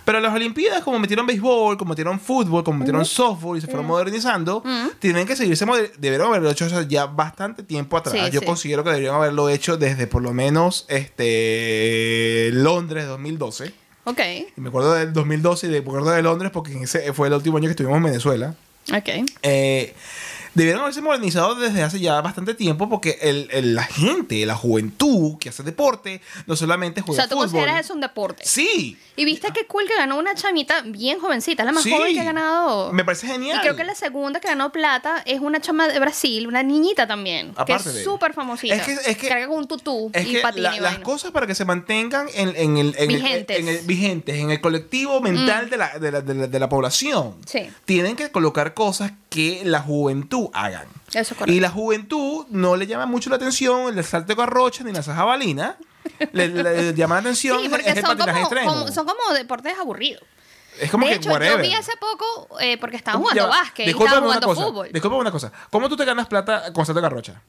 Speaker 2: Pero las Olimpiadas, como metieron béisbol, como metieron fútbol, como metieron softball y se fueron modernizando, tienen que seguirse. moder- Debieron haberlo hecho eso ya bastante tiempo atrás.
Speaker 1: Sí,
Speaker 2: Yo
Speaker 1: sí.
Speaker 2: considero que deberían haberlo hecho desde por lo menos este Londres 2012.
Speaker 1: Ok,
Speaker 2: Y me acuerdo del 2012 y de- me acuerdo de Londres porque ese fue el último año que estuvimos en Venezuela.
Speaker 1: ok.
Speaker 2: Eh, debieron haberse modernizado desde hace ya bastante tiempo porque el, el- la gente, la juventud que hace deporte, no solamente
Speaker 1: O
Speaker 2: juega
Speaker 1: sea, tú
Speaker 2: fútbol.
Speaker 1: consideras eso un deporte.
Speaker 2: Sí.
Speaker 1: Y viste que cool que ganó una chamita bien jovencita, la más
Speaker 2: sí.
Speaker 1: joven que ha ganado.
Speaker 2: Me parece genial.
Speaker 1: Y creo que la segunda que ganó plata es una chama de Brasil, una niñita también,
Speaker 2: Aparte
Speaker 1: que
Speaker 2: de-
Speaker 1: es súper famosita.
Speaker 2: Es que- es que-
Speaker 1: carga con un tutú
Speaker 2: Es
Speaker 1: y
Speaker 2: que
Speaker 1: patina
Speaker 2: la-
Speaker 1: y
Speaker 2: las
Speaker 1: vaina.
Speaker 2: cosas para que se mantengan en, en el, en el-
Speaker 1: Vigentes. Mm.
Speaker 2: en el- vigentes, en el colectivo mental de, la, de, la, de la- de la población,
Speaker 1: Sí.
Speaker 2: tienen que colocar cosas que la juventud hagan.
Speaker 1: Eso es correcto.
Speaker 2: Y la juventud no le llama mucho la atención el salto de garrocha ni la jabalina. le, le- le llama la atención
Speaker 1: Sí,
Speaker 2: es
Speaker 1: porque
Speaker 2: el
Speaker 1: son
Speaker 2: patinaje
Speaker 1: como,
Speaker 2: extremo.
Speaker 1: como- son como deportes aburridos.
Speaker 2: es como
Speaker 1: de
Speaker 2: que
Speaker 1: hecho,
Speaker 2: whatever.
Speaker 1: yo vi hace poco, eh, porque estaban
Speaker 2: ¿Cómo-
Speaker 1: jugando
Speaker 2: ya va?
Speaker 1: básquet, y
Speaker 2: Discúlpame
Speaker 1: estaban
Speaker 2: una
Speaker 1: jugando
Speaker 2: cosa,
Speaker 1: fútbol.
Speaker 2: Disculpa una cosa. ¿Cómo tú te ganas plata con salto de garrocha?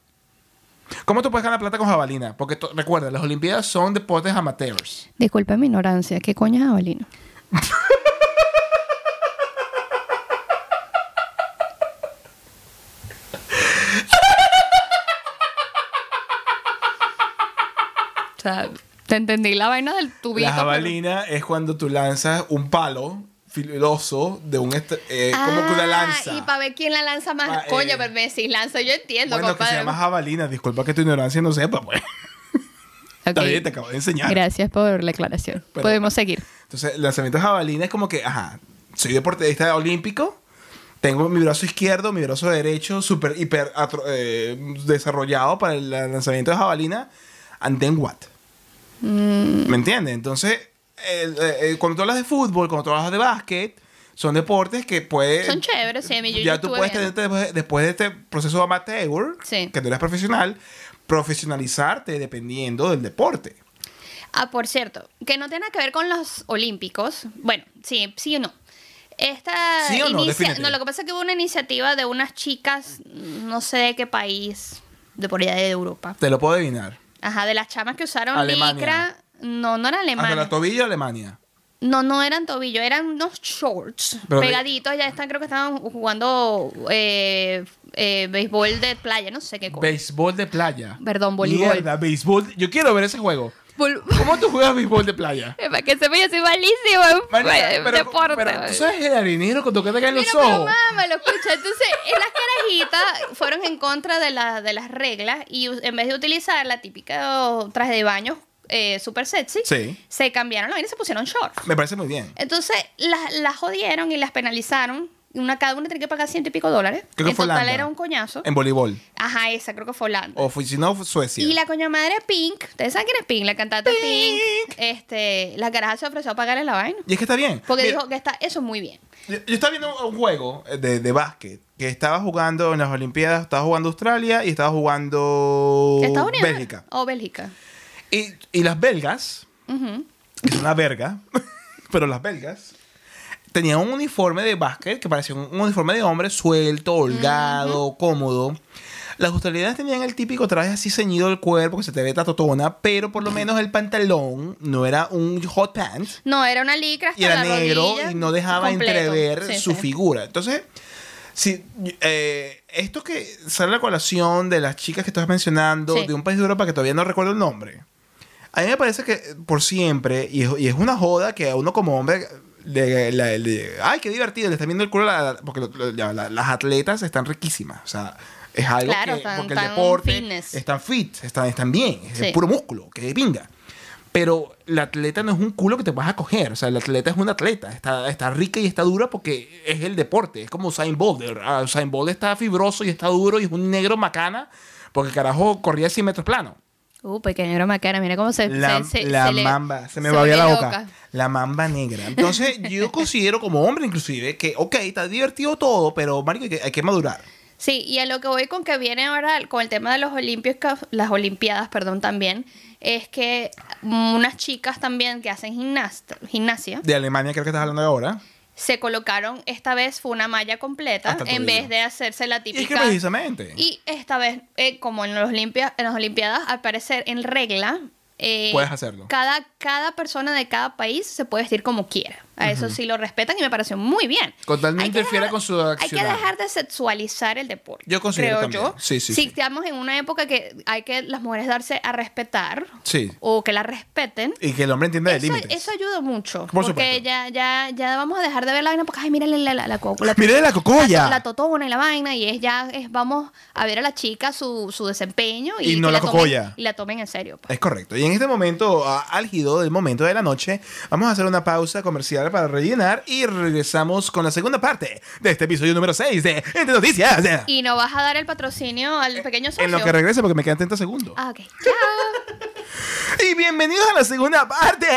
Speaker 2: ¿Cómo tú puedes ganar plata con jabalina? Porque to- recuerda, las Olimpiadas son deportes amateurs.
Speaker 1: Disculpa mi ignorancia, ¿qué coño es jabalina? sea, te entendí la vaina del tubito.
Speaker 2: La
Speaker 1: pero-
Speaker 2: jabalina es cuando tú lanzas un palo filoso de un... est- eh, como que una
Speaker 1: Ah,
Speaker 2: lanza.
Speaker 1: Y para ver quién la lanza más.
Speaker 2: Pa-
Speaker 1: Coño,
Speaker 2: eh.
Speaker 1: pero me decís lanza, yo entiendo,
Speaker 2: Bueno, que se
Speaker 1: compadre.
Speaker 2: llama jabalina. Disculpa que tu ignorancia no sepa, pues. Está
Speaker 1: Ok,
Speaker 2: bien, te acabo de enseñar.
Speaker 1: Gracias por la aclaración.
Speaker 2: Pero-
Speaker 1: Podemos seguir.
Speaker 2: Entonces, el lanzamiento de jabalina es como que, ajá, soy deportista olímpico, tengo mi brazo izquierdo, mi brazo derecho super hiper atro- eh, desarrollado para el lanzamiento de jabalina, and then what?
Speaker 1: Mm.
Speaker 2: ¿Me entiendes? Entonces, el- eh, eh, cuando tú hablas de fútbol, cuando tú hablas de básquet, son deportes que puedes...
Speaker 1: Son chéveres, sí, a mí yo- yo
Speaker 2: eh, Ya tú
Speaker 1: estuve
Speaker 2: puedes
Speaker 1: viendo.
Speaker 2: tenerte después, después de este proceso amateur,
Speaker 1: Sí.
Speaker 2: que tú eres profesional, profesionalizarte dependiendo del deporte.
Speaker 1: Ah, por cierto, que no tiene nada que ver con los olímpicos. Bueno, sí, sí o no. Esta
Speaker 2: Sí o no,
Speaker 1: inicia-
Speaker 2: defínete.
Speaker 1: lo que pasa es que hubo una iniciativa de unas chicas, no sé de qué país, de por allá de Europa.
Speaker 2: Te lo puedo adivinar.
Speaker 1: Ajá, de las chamas que usaron
Speaker 2: Alemania.
Speaker 1: licra. No, no era
Speaker 2: Hasta
Speaker 1: alemana.
Speaker 2: la tobillo, Alemania.
Speaker 1: No, no eran tobillo, eran unos shorts
Speaker 2: Pero de-
Speaker 1: pegaditos. Ya están, creo que estaban jugando eh, eh, béisbol de playa, no sé qué cosa.
Speaker 2: Béisbol de playa.
Speaker 1: Perdón, voleibol.
Speaker 2: Mierda, béisbol. Yo quiero ver ese juego.
Speaker 1: Bol-
Speaker 2: ¿Cómo tú juegas béisbol de playa?
Speaker 1: Para que sepa, yo soy malísimo en
Speaker 2: Marica,
Speaker 1: en
Speaker 2: pero,
Speaker 1: deporte.
Speaker 2: pero tú sabes el harinero cuando te caen
Speaker 1: Mira,
Speaker 2: los
Speaker 1: pero
Speaker 2: ojos.
Speaker 1: mamá, lo escucha. Entonces, eh, las carajitas fueron en contra de, la- de las reglas y u- en vez de utilizar la típica oh, traje de baño eh, super sexy,
Speaker 2: Sí.
Speaker 1: se cambiaron la vaina y se pusieron shorts.
Speaker 2: Me parece muy bien.
Speaker 1: Entonces, las, las jodieron y las penalizaron. Una, cada una tenía que pagar ciento y pico dólares.
Speaker 2: Creo que
Speaker 1: en
Speaker 2: fue
Speaker 1: total
Speaker 2: Holanda.
Speaker 1: era un coñazo.
Speaker 2: En Oh, voleibol.
Speaker 1: Ajá, esa creo que fue Holanda.
Speaker 2: O fue- si no, fue Suecia.
Speaker 1: Y la coña madre Pink, ustedes saben quién es Pink, la cantante Pink, este, la caraja se ofreció a pagarle la vaina.
Speaker 2: Y es que está bien.
Speaker 1: Porque
Speaker 2: Mira,
Speaker 1: dijo que está, eso es muy bien.
Speaker 2: Yo, yo estaba viendo un juego eh, de, de básquet que estaba jugando en las Olimpiadas. Estaba jugando Australia y estaba jugando
Speaker 1: Estados Unidos.
Speaker 2: Bélgica.
Speaker 1: O Bélgica.
Speaker 2: Y, y las belgas,
Speaker 1: Ujú.
Speaker 2: que es una verga, pero las belgas tenían un uniforme de básquet que parecía un, un uniforme de hombre suelto, holgado, cómodo. Las australianas tenían el típico traje así ceñido al cuerpo que se te ve tatotona, pero por lo menos el pantalón no era un hot pant
Speaker 1: No, era una licra hasta
Speaker 2: y era
Speaker 1: la
Speaker 2: negro
Speaker 1: rodilla,
Speaker 2: y no dejaba
Speaker 1: completo.
Speaker 2: entrever
Speaker 1: Sí,
Speaker 2: su
Speaker 1: sí.
Speaker 2: figura. Entonces, si, eh, esto que sale a la colación de las chicas que estás mencionando,
Speaker 1: Sí.
Speaker 2: de un país de Europa que todavía no recuerdo el nombre, a mí me parece que eh, por siempre, y es, y es una joda que a uno como hombre... le- la- le- ay, qué divertido, le están viendo el culo a la- porque lo- lo- la- la- las atletas están riquísimas. O sea, es algo
Speaker 1: Claro,
Speaker 2: que
Speaker 1: están-
Speaker 2: porque
Speaker 1: están
Speaker 2: el deporte
Speaker 1: fitness.
Speaker 2: están fit, están, están bien, es
Speaker 1: Sí.
Speaker 2: puro músculo, que pinga. Pero la atleta no es un culo que te vas a coger. O sea, la atleta es una atleta. Está, está rica y está dura porque es el deporte. Es como Usain Bolt. de verdad. Usain Bolt está fibroso y está duro y es un negro macana porque carajo corría 100 metros plano.
Speaker 1: Uh, pequeño era macana, mira cómo se
Speaker 2: La,
Speaker 1: se- se-
Speaker 2: la
Speaker 1: le-
Speaker 2: mamba. Se me
Speaker 1: se
Speaker 2: babía la
Speaker 1: vuelve
Speaker 2: boca.
Speaker 1: loca.
Speaker 2: La mamba negra. Entonces, yo considero como hombre inclusive que, ok, está divertido todo, pero marico, hay que, hay que madurar.
Speaker 1: Sí, y a lo que voy con que viene ahora con el tema de los olímpicos, las olimpiadas, perdón, también, es que unas chicas también que hacen gimnasta, gimnasia
Speaker 2: De Alemania creo que estás hablando ahora.
Speaker 1: se colocaron esta vez fue una malla completa
Speaker 2: Hasta el
Speaker 1: en
Speaker 2: tobillo.
Speaker 1: vez de hacerse la
Speaker 2: Y es que
Speaker 1: típica.
Speaker 2: precisamente.
Speaker 1: Y esta vez, eh, como en, los olimpia- en las Olimpiadas, al parecer en regla, eh,
Speaker 2: Puedes hacerlo.
Speaker 1: Cada, cada persona de cada país se puede vestir como quiera. A eso sí lo respetan y me pareció muy bien.
Speaker 2: Con tal no
Speaker 1: Hay que
Speaker 2: interfiera
Speaker 1: dejar-
Speaker 2: con su
Speaker 1: Hay que
Speaker 2: accionar.
Speaker 1: dejar de sexualizar el deporte.
Speaker 2: Yo considero
Speaker 1: creo
Speaker 2: también.
Speaker 1: yo.
Speaker 2: Sí, sí,
Speaker 1: Si
Speaker 2: sí.
Speaker 1: estamos en una época que hay que las mujeres darse a respetar
Speaker 2: Sí.
Speaker 1: o que la respeten.
Speaker 2: Y que el hombre entienda de
Speaker 1: Eso,
Speaker 2: límites.
Speaker 1: eso ayuda mucho.
Speaker 2: Por
Speaker 1: porque
Speaker 2: supuesto.
Speaker 1: ya, ya, ya vamos a dejar de ver la vaina porque, ay, mira la, la, la, la, co- la-
Speaker 2: Mire la cocoya.
Speaker 1: la, la totona y la vaina y es ya es vamos a ver a la chica su, su desempeño y,
Speaker 2: Y no
Speaker 1: que
Speaker 2: la
Speaker 1: tomen-
Speaker 2: cocoya.
Speaker 1: y la tomen en serio pues.
Speaker 2: Es correcto. Y en este momento a- álgido del momento de la noche, vamos a hacer una pausa comercial para rellenar y regresamos con la segunda parte de este episodio número 6 de Entre Noticias.
Speaker 1: y no vas a dar el patrocinio al pequeño socio
Speaker 2: Eh, En lo que regrese porque me quedan 30 segundos.
Speaker 1: ah ok chao
Speaker 2: Y bienvenidos a la segunda parte.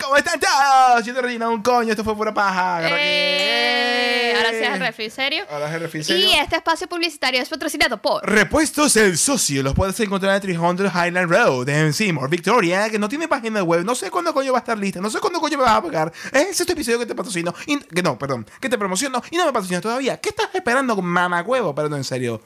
Speaker 2: ¿Cómo están todos? Yo te relleno un coño, esto fue pura paja. Agarra aquí.
Speaker 1: Eh, ahora sí es el refil serio
Speaker 2: Ahora es el refil
Speaker 1: y
Speaker 2: Ah, serio.
Speaker 1: este espacio publicitario es patrocinado por
Speaker 2: Repuestos El Socio los puedes encontrar en 300 Highland Road en Seymour, Victoria, que no tiene página web. No sé cuándo coño va a estar lista, no sé cuándo coño me vas a pagar. Ese Es este episodio que te patrocino, y- que no, perdón, que te promociono y no me patrocinas todavía. ¿Qué estás esperando, mamagüevo? Perdón, en serio.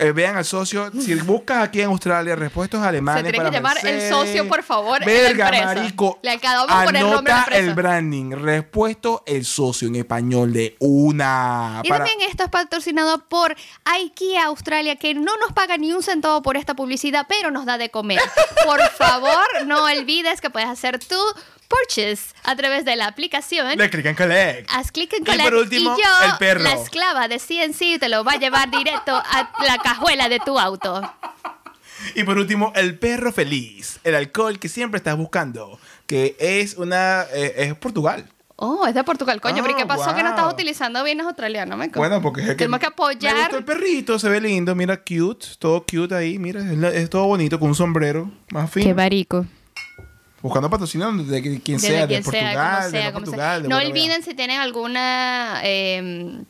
Speaker 2: Eh, vean al socio. Si buscas aquí en Australia respuestos alemanes.
Speaker 1: Se tiene
Speaker 2: para
Speaker 1: que llamar el
Speaker 2: Mercedes,
Speaker 1: socio, por favor, en la
Speaker 2: Verga,
Speaker 1: empresa.
Speaker 2: marico.
Speaker 1: Le acabamos de poner el nombre a la empresa.
Speaker 2: anota el branding. Respuesto el socio en español de una.
Speaker 1: Y
Speaker 2: Para-
Speaker 1: también esto es patrocinado por IKEA Australia, que no nos paga ni un centavo por esta publicidad, pero nos da de comer. Por favor, no olvides que puedes hacer tu purchase a través de la aplicación.
Speaker 2: Le clican collect.
Speaker 1: Haz clic en
Speaker 2: Y
Speaker 1: collect
Speaker 2: por último,
Speaker 1: y yo,
Speaker 2: el perro.
Speaker 1: la esclava de CNC, te lo va a llevar directo a la cajuela de tu auto.
Speaker 2: Y por último, el perro feliz. El alcohol que siempre estás buscando. Que es una. eh, es Portugal.
Speaker 1: Oh, es de Portugal, coño,
Speaker 2: Ah,
Speaker 1: pero ¿y qué pasó que no
Speaker 2: guau.
Speaker 1: estás utilizando bienes australianos? meco?
Speaker 2: Bueno, porque es que
Speaker 1: tenemos que
Speaker 2: Me
Speaker 1: apoyar.
Speaker 2: gustó el perrito, se ve lindo, mira, cute, todo cute ahí, mira, es, la- es todo bonito con un sombrero, más fino.
Speaker 1: barico.
Speaker 2: Buscando patrocinio de que- quien
Speaker 1: Desde
Speaker 2: sea, de
Speaker 1: quien sea, como
Speaker 2: Portugal,
Speaker 1: sea,
Speaker 2: de no
Speaker 1: como sea.
Speaker 2: Portugal. de
Speaker 1: No
Speaker 2: whatever.
Speaker 1: olviden si tienen alguna, eh,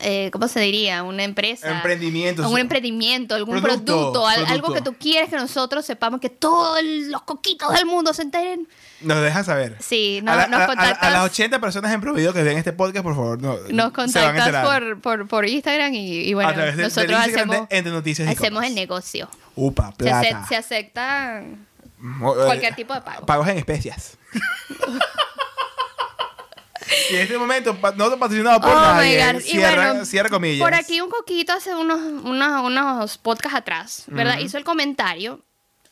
Speaker 1: eh, ¿cómo se diría? Una empresa.
Speaker 2: Emprendimiento,
Speaker 1: Algún
Speaker 2: sí.
Speaker 1: emprendimiento, algún producto,
Speaker 2: Producto,
Speaker 1: al- algo
Speaker 2: producto.
Speaker 1: que tú quieres que nosotros sepamos, que todos los coquitos del mundo se enteren.
Speaker 2: Nos dejas saber.
Speaker 1: Sí, no-
Speaker 2: a, la-
Speaker 1: nos
Speaker 2: a- a-
Speaker 1: contactas-
Speaker 2: a las 80 personas en Provido que ven este podcast, por favor, no,
Speaker 1: Nos
Speaker 2: se van a
Speaker 1: contactas
Speaker 2: enterar.
Speaker 1: por, por, por Instagram y, y bueno,
Speaker 2: a través de, del
Speaker 1: nosotros
Speaker 2: Instagram de
Speaker 1: hacemos,
Speaker 2: Entre Noticias y
Speaker 1: hacemos
Speaker 2: Copas.
Speaker 1: el negocio.
Speaker 2: Upa,
Speaker 1: Se, ace-
Speaker 2: plata. eh, Pues,
Speaker 1: se aceptan
Speaker 2: O- o-
Speaker 1: cualquier tipo de pago.
Speaker 2: Pagos en especias. y en este momento, pa- no patrocinado por nadie.
Speaker 1: Oh my God. Y
Speaker 2: Cierra,
Speaker 1: bueno,
Speaker 2: cierra comillas.
Speaker 1: Por aquí un coquito hace unos, unos, unos podcasts atrás, ¿verdad? Hizo el comentario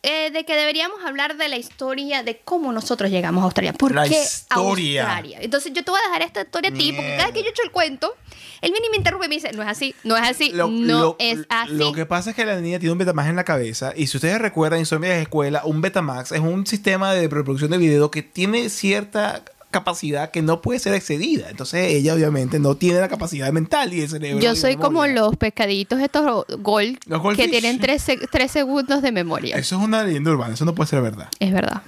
Speaker 1: eh, de que deberíamos hablar de la historia de cómo nosotros llegamos a Australia. ¿Por
Speaker 2: La
Speaker 1: qué
Speaker 2: historia.
Speaker 1: Australia? Entonces yo te voy a dejar esta historia a ti, porque cada vez que yo echo el cuento, él viene y me interrumpe y me dice, no es así, no es así,
Speaker 2: Lo-
Speaker 1: no
Speaker 2: lo-
Speaker 1: es así.
Speaker 2: Lo que pasa es que la niña tiene un Betamax en la cabeza. Y si ustedes recuerdan, en de escuela, un Betamax es un sistema de reproducción de video que tiene cierta capacidad que no puede ser excedida. Entonces ella obviamente no tiene la capacidad mental y el cerebro. y
Speaker 1: yo
Speaker 2: la
Speaker 1: soy como
Speaker 2: memoria.
Speaker 1: los pescaditos estos gold
Speaker 2: Los goldfish.
Speaker 1: que tienen tres, sec- tres segundos de memoria.
Speaker 2: Eso es una leyenda urbana, eso no puede ser verdad.
Speaker 1: Es verdad.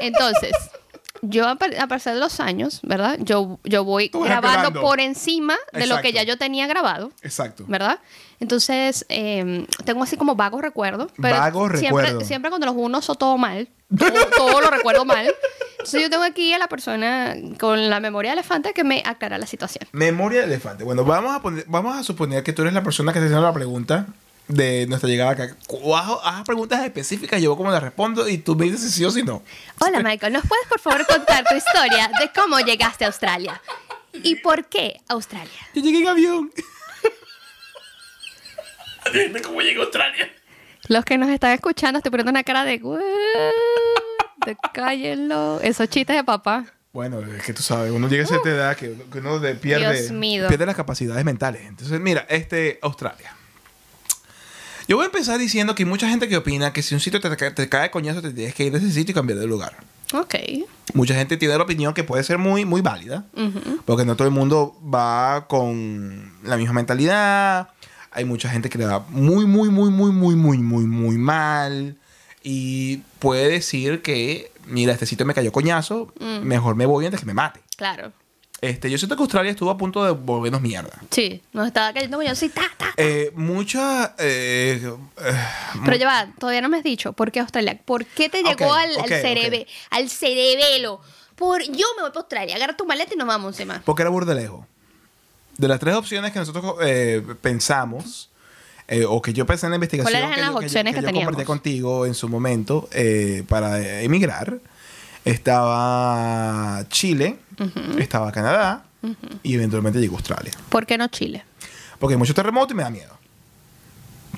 Speaker 1: Entonces, yo a par- a pasar de los años, ¿verdad? Yo, yo voy
Speaker 2: Tú vas
Speaker 1: grabando
Speaker 2: grabando.
Speaker 1: por encima de lo que
Speaker 2: Exacto.
Speaker 1: ya yo tenía grabado,
Speaker 2: Exacto.
Speaker 1: ¿verdad? Entonces, eh, tengo así como vagos recuerdos. Pero
Speaker 2: Vagos
Speaker 1: siempre,
Speaker 2: recuerdos.
Speaker 1: Siempre cuando los unos o todo mal, todo, todo lo recuerdo mal. Entonces, yo tengo aquí a la persona con la memoria de elefante que me aclara la situación.
Speaker 2: Memoria de elefante. Bueno, vamos a, poner, vamos a suponer que tú eres la persona que está haciendo la pregunta de nuestra llegada acá. O Haz, haz preguntas específicas, yo como las respondo y tú me dices si sí o si no.
Speaker 1: Hola Michael, ¿nos puedes por favor contar tu historia de cómo llegaste a Australia? ¿Y por qué Australia?
Speaker 2: Yo llegué en avión.
Speaker 1: Los que nos están escuchando, estoy poniendo una cara de. "What? de cállenlo. Esos chistes de papá.
Speaker 2: Bueno, es que tú sabes, uno llega a cierta edad que uno, que uno de- pierde,
Speaker 1: Dios mío.
Speaker 2: pierde las capacidades mentales. Entonces, mira, este, Australia. Yo voy a empezar diciendo que hay mucha gente que opina que si un sitio te, ca- te cae de coñazo, te tienes que ir de ese sitio y cambiar de lugar.
Speaker 1: Ok.
Speaker 2: Mucha gente tiene la opinión que puede ser muy, muy válida, porque no todo el mundo va con la misma mentalidad. Hay mucha gente que le va muy, muy, muy, muy, muy, muy, muy, muy mal. Y puede decir que, mira, este sitio me cayó coñazo, mejor me voy antes que me mate.
Speaker 1: Claro.
Speaker 2: Este, yo siento que Australia estuvo a punto de volvernos mierda.
Speaker 1: Sí, nos estaba cayendo como yo. Sí, ta, ta.
Speaker 2: Eh, muchas. eh, eh,
Speaker 1: Pero ya va, todavía no me has dicho por qué Australia. ¿Por qué te llegó
Speaker 2: Ok,
Speaker 1: al, al,
Speaker 2: ok,
Speaker 1: cerebe- al cerebelo? Por, yo me voy para Australia, agarra tu maleta y nos vamos, Emma.
Speaker 2: porque era burdelejo. De las tres opciones que nosotros eh, pensamos, eh, o que yo pensé en la investigación,
Speaker 1: ¿Cuáles eran
Speaker 2: que
Speaker 1: las
Speaker 2: yo- que yo-
Speaker 1: opciones que
Speaker 2: yo
Speaker 1: teníamos?
Speaker 2: compartí contigo en su momento eh, para eh, emigrar, estaba Chile, estaba Canadá y eventualmente llegó Australia.
Speaker 1: ¿Por qué no Chile?
Speaker 2: Porque hay mucho terremoto y me da miedo.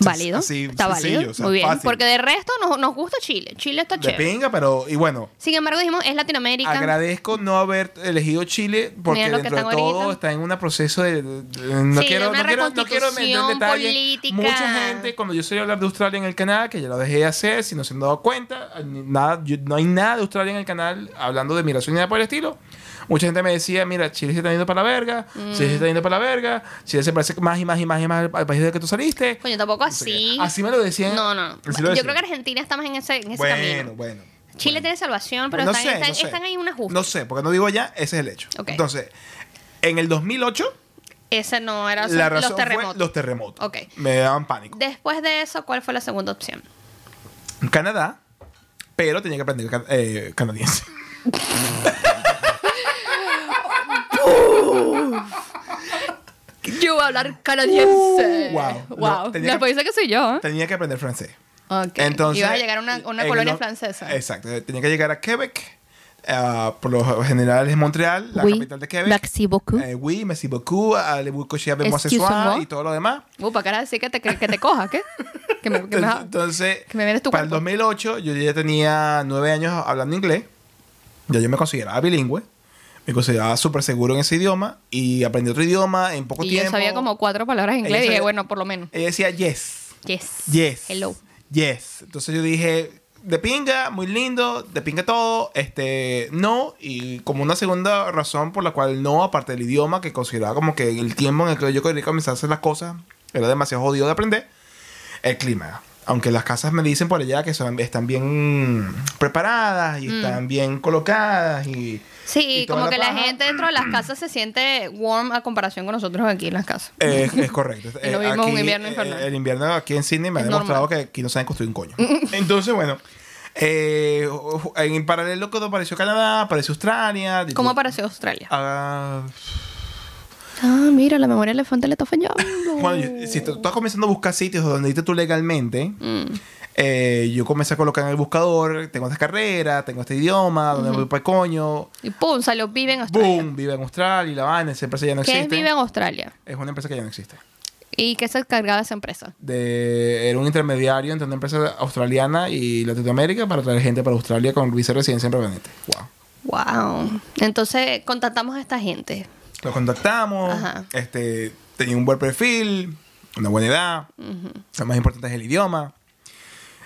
Speaker 1: Válido.
Speaker 2: sí,
Speaker 1: está
Speaker 2: sencillo,
Speaker 1: válido.
Speaker 2: o sea,
Speaker 1: Muy bien.
Speaker 2: fácil.
Speaker 1: Porque de resto nos, nos gusta Chile. Chile está
Speaker 2: De
Speaker 1: Ah, chévere.
Speaker 2: pinga, pero. Y bueno,
Speaker 1: Sin embargo, dijimos, es Latinoamérica.
Speaker 2: Agradezco no haber elegido Chile porque
Speaker 1: Mira lo que
Speaker 2: dentro de
Speaker 1: están
Speaker 2: todo
Speaker 1: ahorita.
Speaker 2: está en un proceso de, de- de- no
Speaker 1: Sí, de
Speaker 2: quiero
Speaker 1: una
Speaker 2: no quiero no quiero meter en
Speaker 1: reconstitución
Speaker 2: detalle.
Speaker 1: política.
Speaker 2: Mucha gente cuando yo soy hablar de Australia en el canal que ya lo dejé de hacer si no se han dado cuenta ni- nada yo- no hay nada de Australia en el canal hablando de migración ni nada por el estilo. Mucha gente me decía, mira, Chile se está yendo para la verga, Chile
Speaker 1: Mm.
Speaker 2: se está yendo para la verga, Chile se parece más y más y más y más al- al país del que tú saliste.
Speaker 1: Coño, tampoco
Speaker 2: No sé qué.
Speaker 1: así.
Speaker 2: Así me lo decían.
Speaker 1: Pues No, no.
Speaker 2: Así
Speaker 1: Yo
Speaker 2: lo
Speaker 1: creo que
Speaker 2: decían.
Speaker 1: Argentina está más en ese, en ese
Speaker 2: Bueno,
Speaker 1: camino.
Speaker 2: bueno.
Speaker 1: Chile
Speaker 2: bueno.
Speaker 1: tiene salvación, pero
Speaker 2: Pues No
Speaker 1: están,
Speaker 2: sé,
Speaker 1: están-
Speaker 2: no sé.
Speaker 1: están ahí un ajuste.
Speaker 2: No sé, porque no vivo allá, ese es el hecho.
Speaker 1: Ok.
Speaker 2: Entonces, en el 2008,
Speaker 1: Esa no era
Speaker 2: la razón
Speaker 1: los
Speaker 2: fue
Speaker 1: terremotos.
Speaker 2: los terremotos.
Speaker 1: Ok.
Speaker 2: Me daban pánico.
Speaker 1: Después de eso, ¿cuál fue la segunda opción?
Speaker 2: En Canadá, pero tenía que aprender ca- eh, canadiense.
Speaker 1: Yo you hablar canadiense.
Speaker 2: Uh, wow. No,
Speaker 1: Wow.
Speaker 2: tenía que-
Speaker 1: Después dice que soy yo. ¿eh?
Speaker 2: Tenía que aprender francés.
Speaker 1: Ok.
Speaker 2: Entonces,
Speaker 1: Ibas a llegar a una, una
Speaker 2: en
Speaker 1: colonia
Speaker 2: uno-
Speaker 1: francesa.
Speaker 2: Exacto. Tenía que llegar a Quebec. ah, por lo general es Montreal, la
Speaker 3: Oui,
Speaker 2: capital de Quebec.
Speaker 3: merci beaucoup.
Speaker 2: Eh, oui, merci beaucoup. Ah, le beaucoup chez avec moi ce
Speaker 3: Excuse
Speaker 2: soir,
Speaker 3: moi.
Speaker 2: y todo lo demás.
Speaker 1: Uh, para cara decir que te, que, que te coja, ¿qué? Que me, que me-
Speaker 2: Entonces,
Speaker 1: que me vienes tu
Speaker 2: para el
Speaker 1: cuerpo.
Speaker 2: 2008 yo ya tenía nueve años hablando inglés. Ya yo me consideraba bilingüe. Me consideraba súper seguro en ese idioma. Y aprendí otro idioma en poco
Speaker 1: y
Speaker 2: tiempo.
Speaker 1: yo sabía como cuatro palabras en
Speaker 2: Ella
Speaker 1: inglés y dije,
Speaker 2: sabía-
Speaker 1: bueno, por lo menos.
Speaker 2: Ella decía yes,
Speaker 1: Yes.
Speaker 2: yes,
Speaker 1: Hello.
Speaker 2: yes. Entonces yo dije, de pinga, muy lindo, de pinga todo, este, no. Y como una segunda razón por la cual no, aparte del idioma, que consideraba como que el tiempo en el que yo quería comenzar a hacer las cosas era demasiado jodido de aprender, el clima. Aunque las casas me dicen por allá que son, están bien preparadas y están bien colocadas y...
Speaker 1: Mm. Sí,
Speaker 2: y toda
Speaker 1: como que la
Speaker 2: paja.
Speaker 1: gente dentro de las casas se siente warm a comparación con nosotros aquí en las casas.
Speaker 2: Eh, Es, es correcto.
Speaker 1: Y no
Speaker 2: Eh,
Speaker 1: vimos un
Speaker 2: aquí,
Speaker 1: invierno
Speaker 2: eh,
Speaker 1: infernal.
Speaker 2: el invierno aquí en Sydney me ha
Speaker 1: Es
Speaker 2: demostrado
Speaker 1: normal.
Speaker 2: que aquí no saben construir un coño. Entonces, bueno. eh, en paralelo cuando apareció Canadá, apareció Australia.
Speaker 1: ¿Cómo
Speaker 2: apareció?
Speaker 1: apareció Australia? Ah, mira, la memoria elefante le está fallando.
Speaker 2: bueno, yo- si tú estás comenzando a buscar sitios donde irte tú legalmente,
Speaker 1: Mm.
Speaker 2: eh, yo comencé a colocar en el buscador, tengo esta carrera, tengo este idioma, donde voy para el coño.
Speaker 1: Y pum, salió Vive en Australia.
Speaker 2: Boom, vive en Australia y la vaina, esa empresa ya no
Speaker 1: ¿Qué
Speaker 2: existe.
Speaker 1: es Vive en Australia?
Speaker 2: Es una empresa que ya no existe.
Speaker 1: ¿Y qué se cargaba esa empresa?
Speaker 2: de, era un intermediario entre una empresa australiana y Latinoamérica para traer gente para Australia con visa de residencia permanente. Wow.
Speaker 1: Wow. Entonces contactamos a esta gente.
Speaker 2: Lo contactamos,
Speaker 1: Ajá.
Speaker 2: este, tenía un buen perfil, una buena edad, lo más importante es el idioma.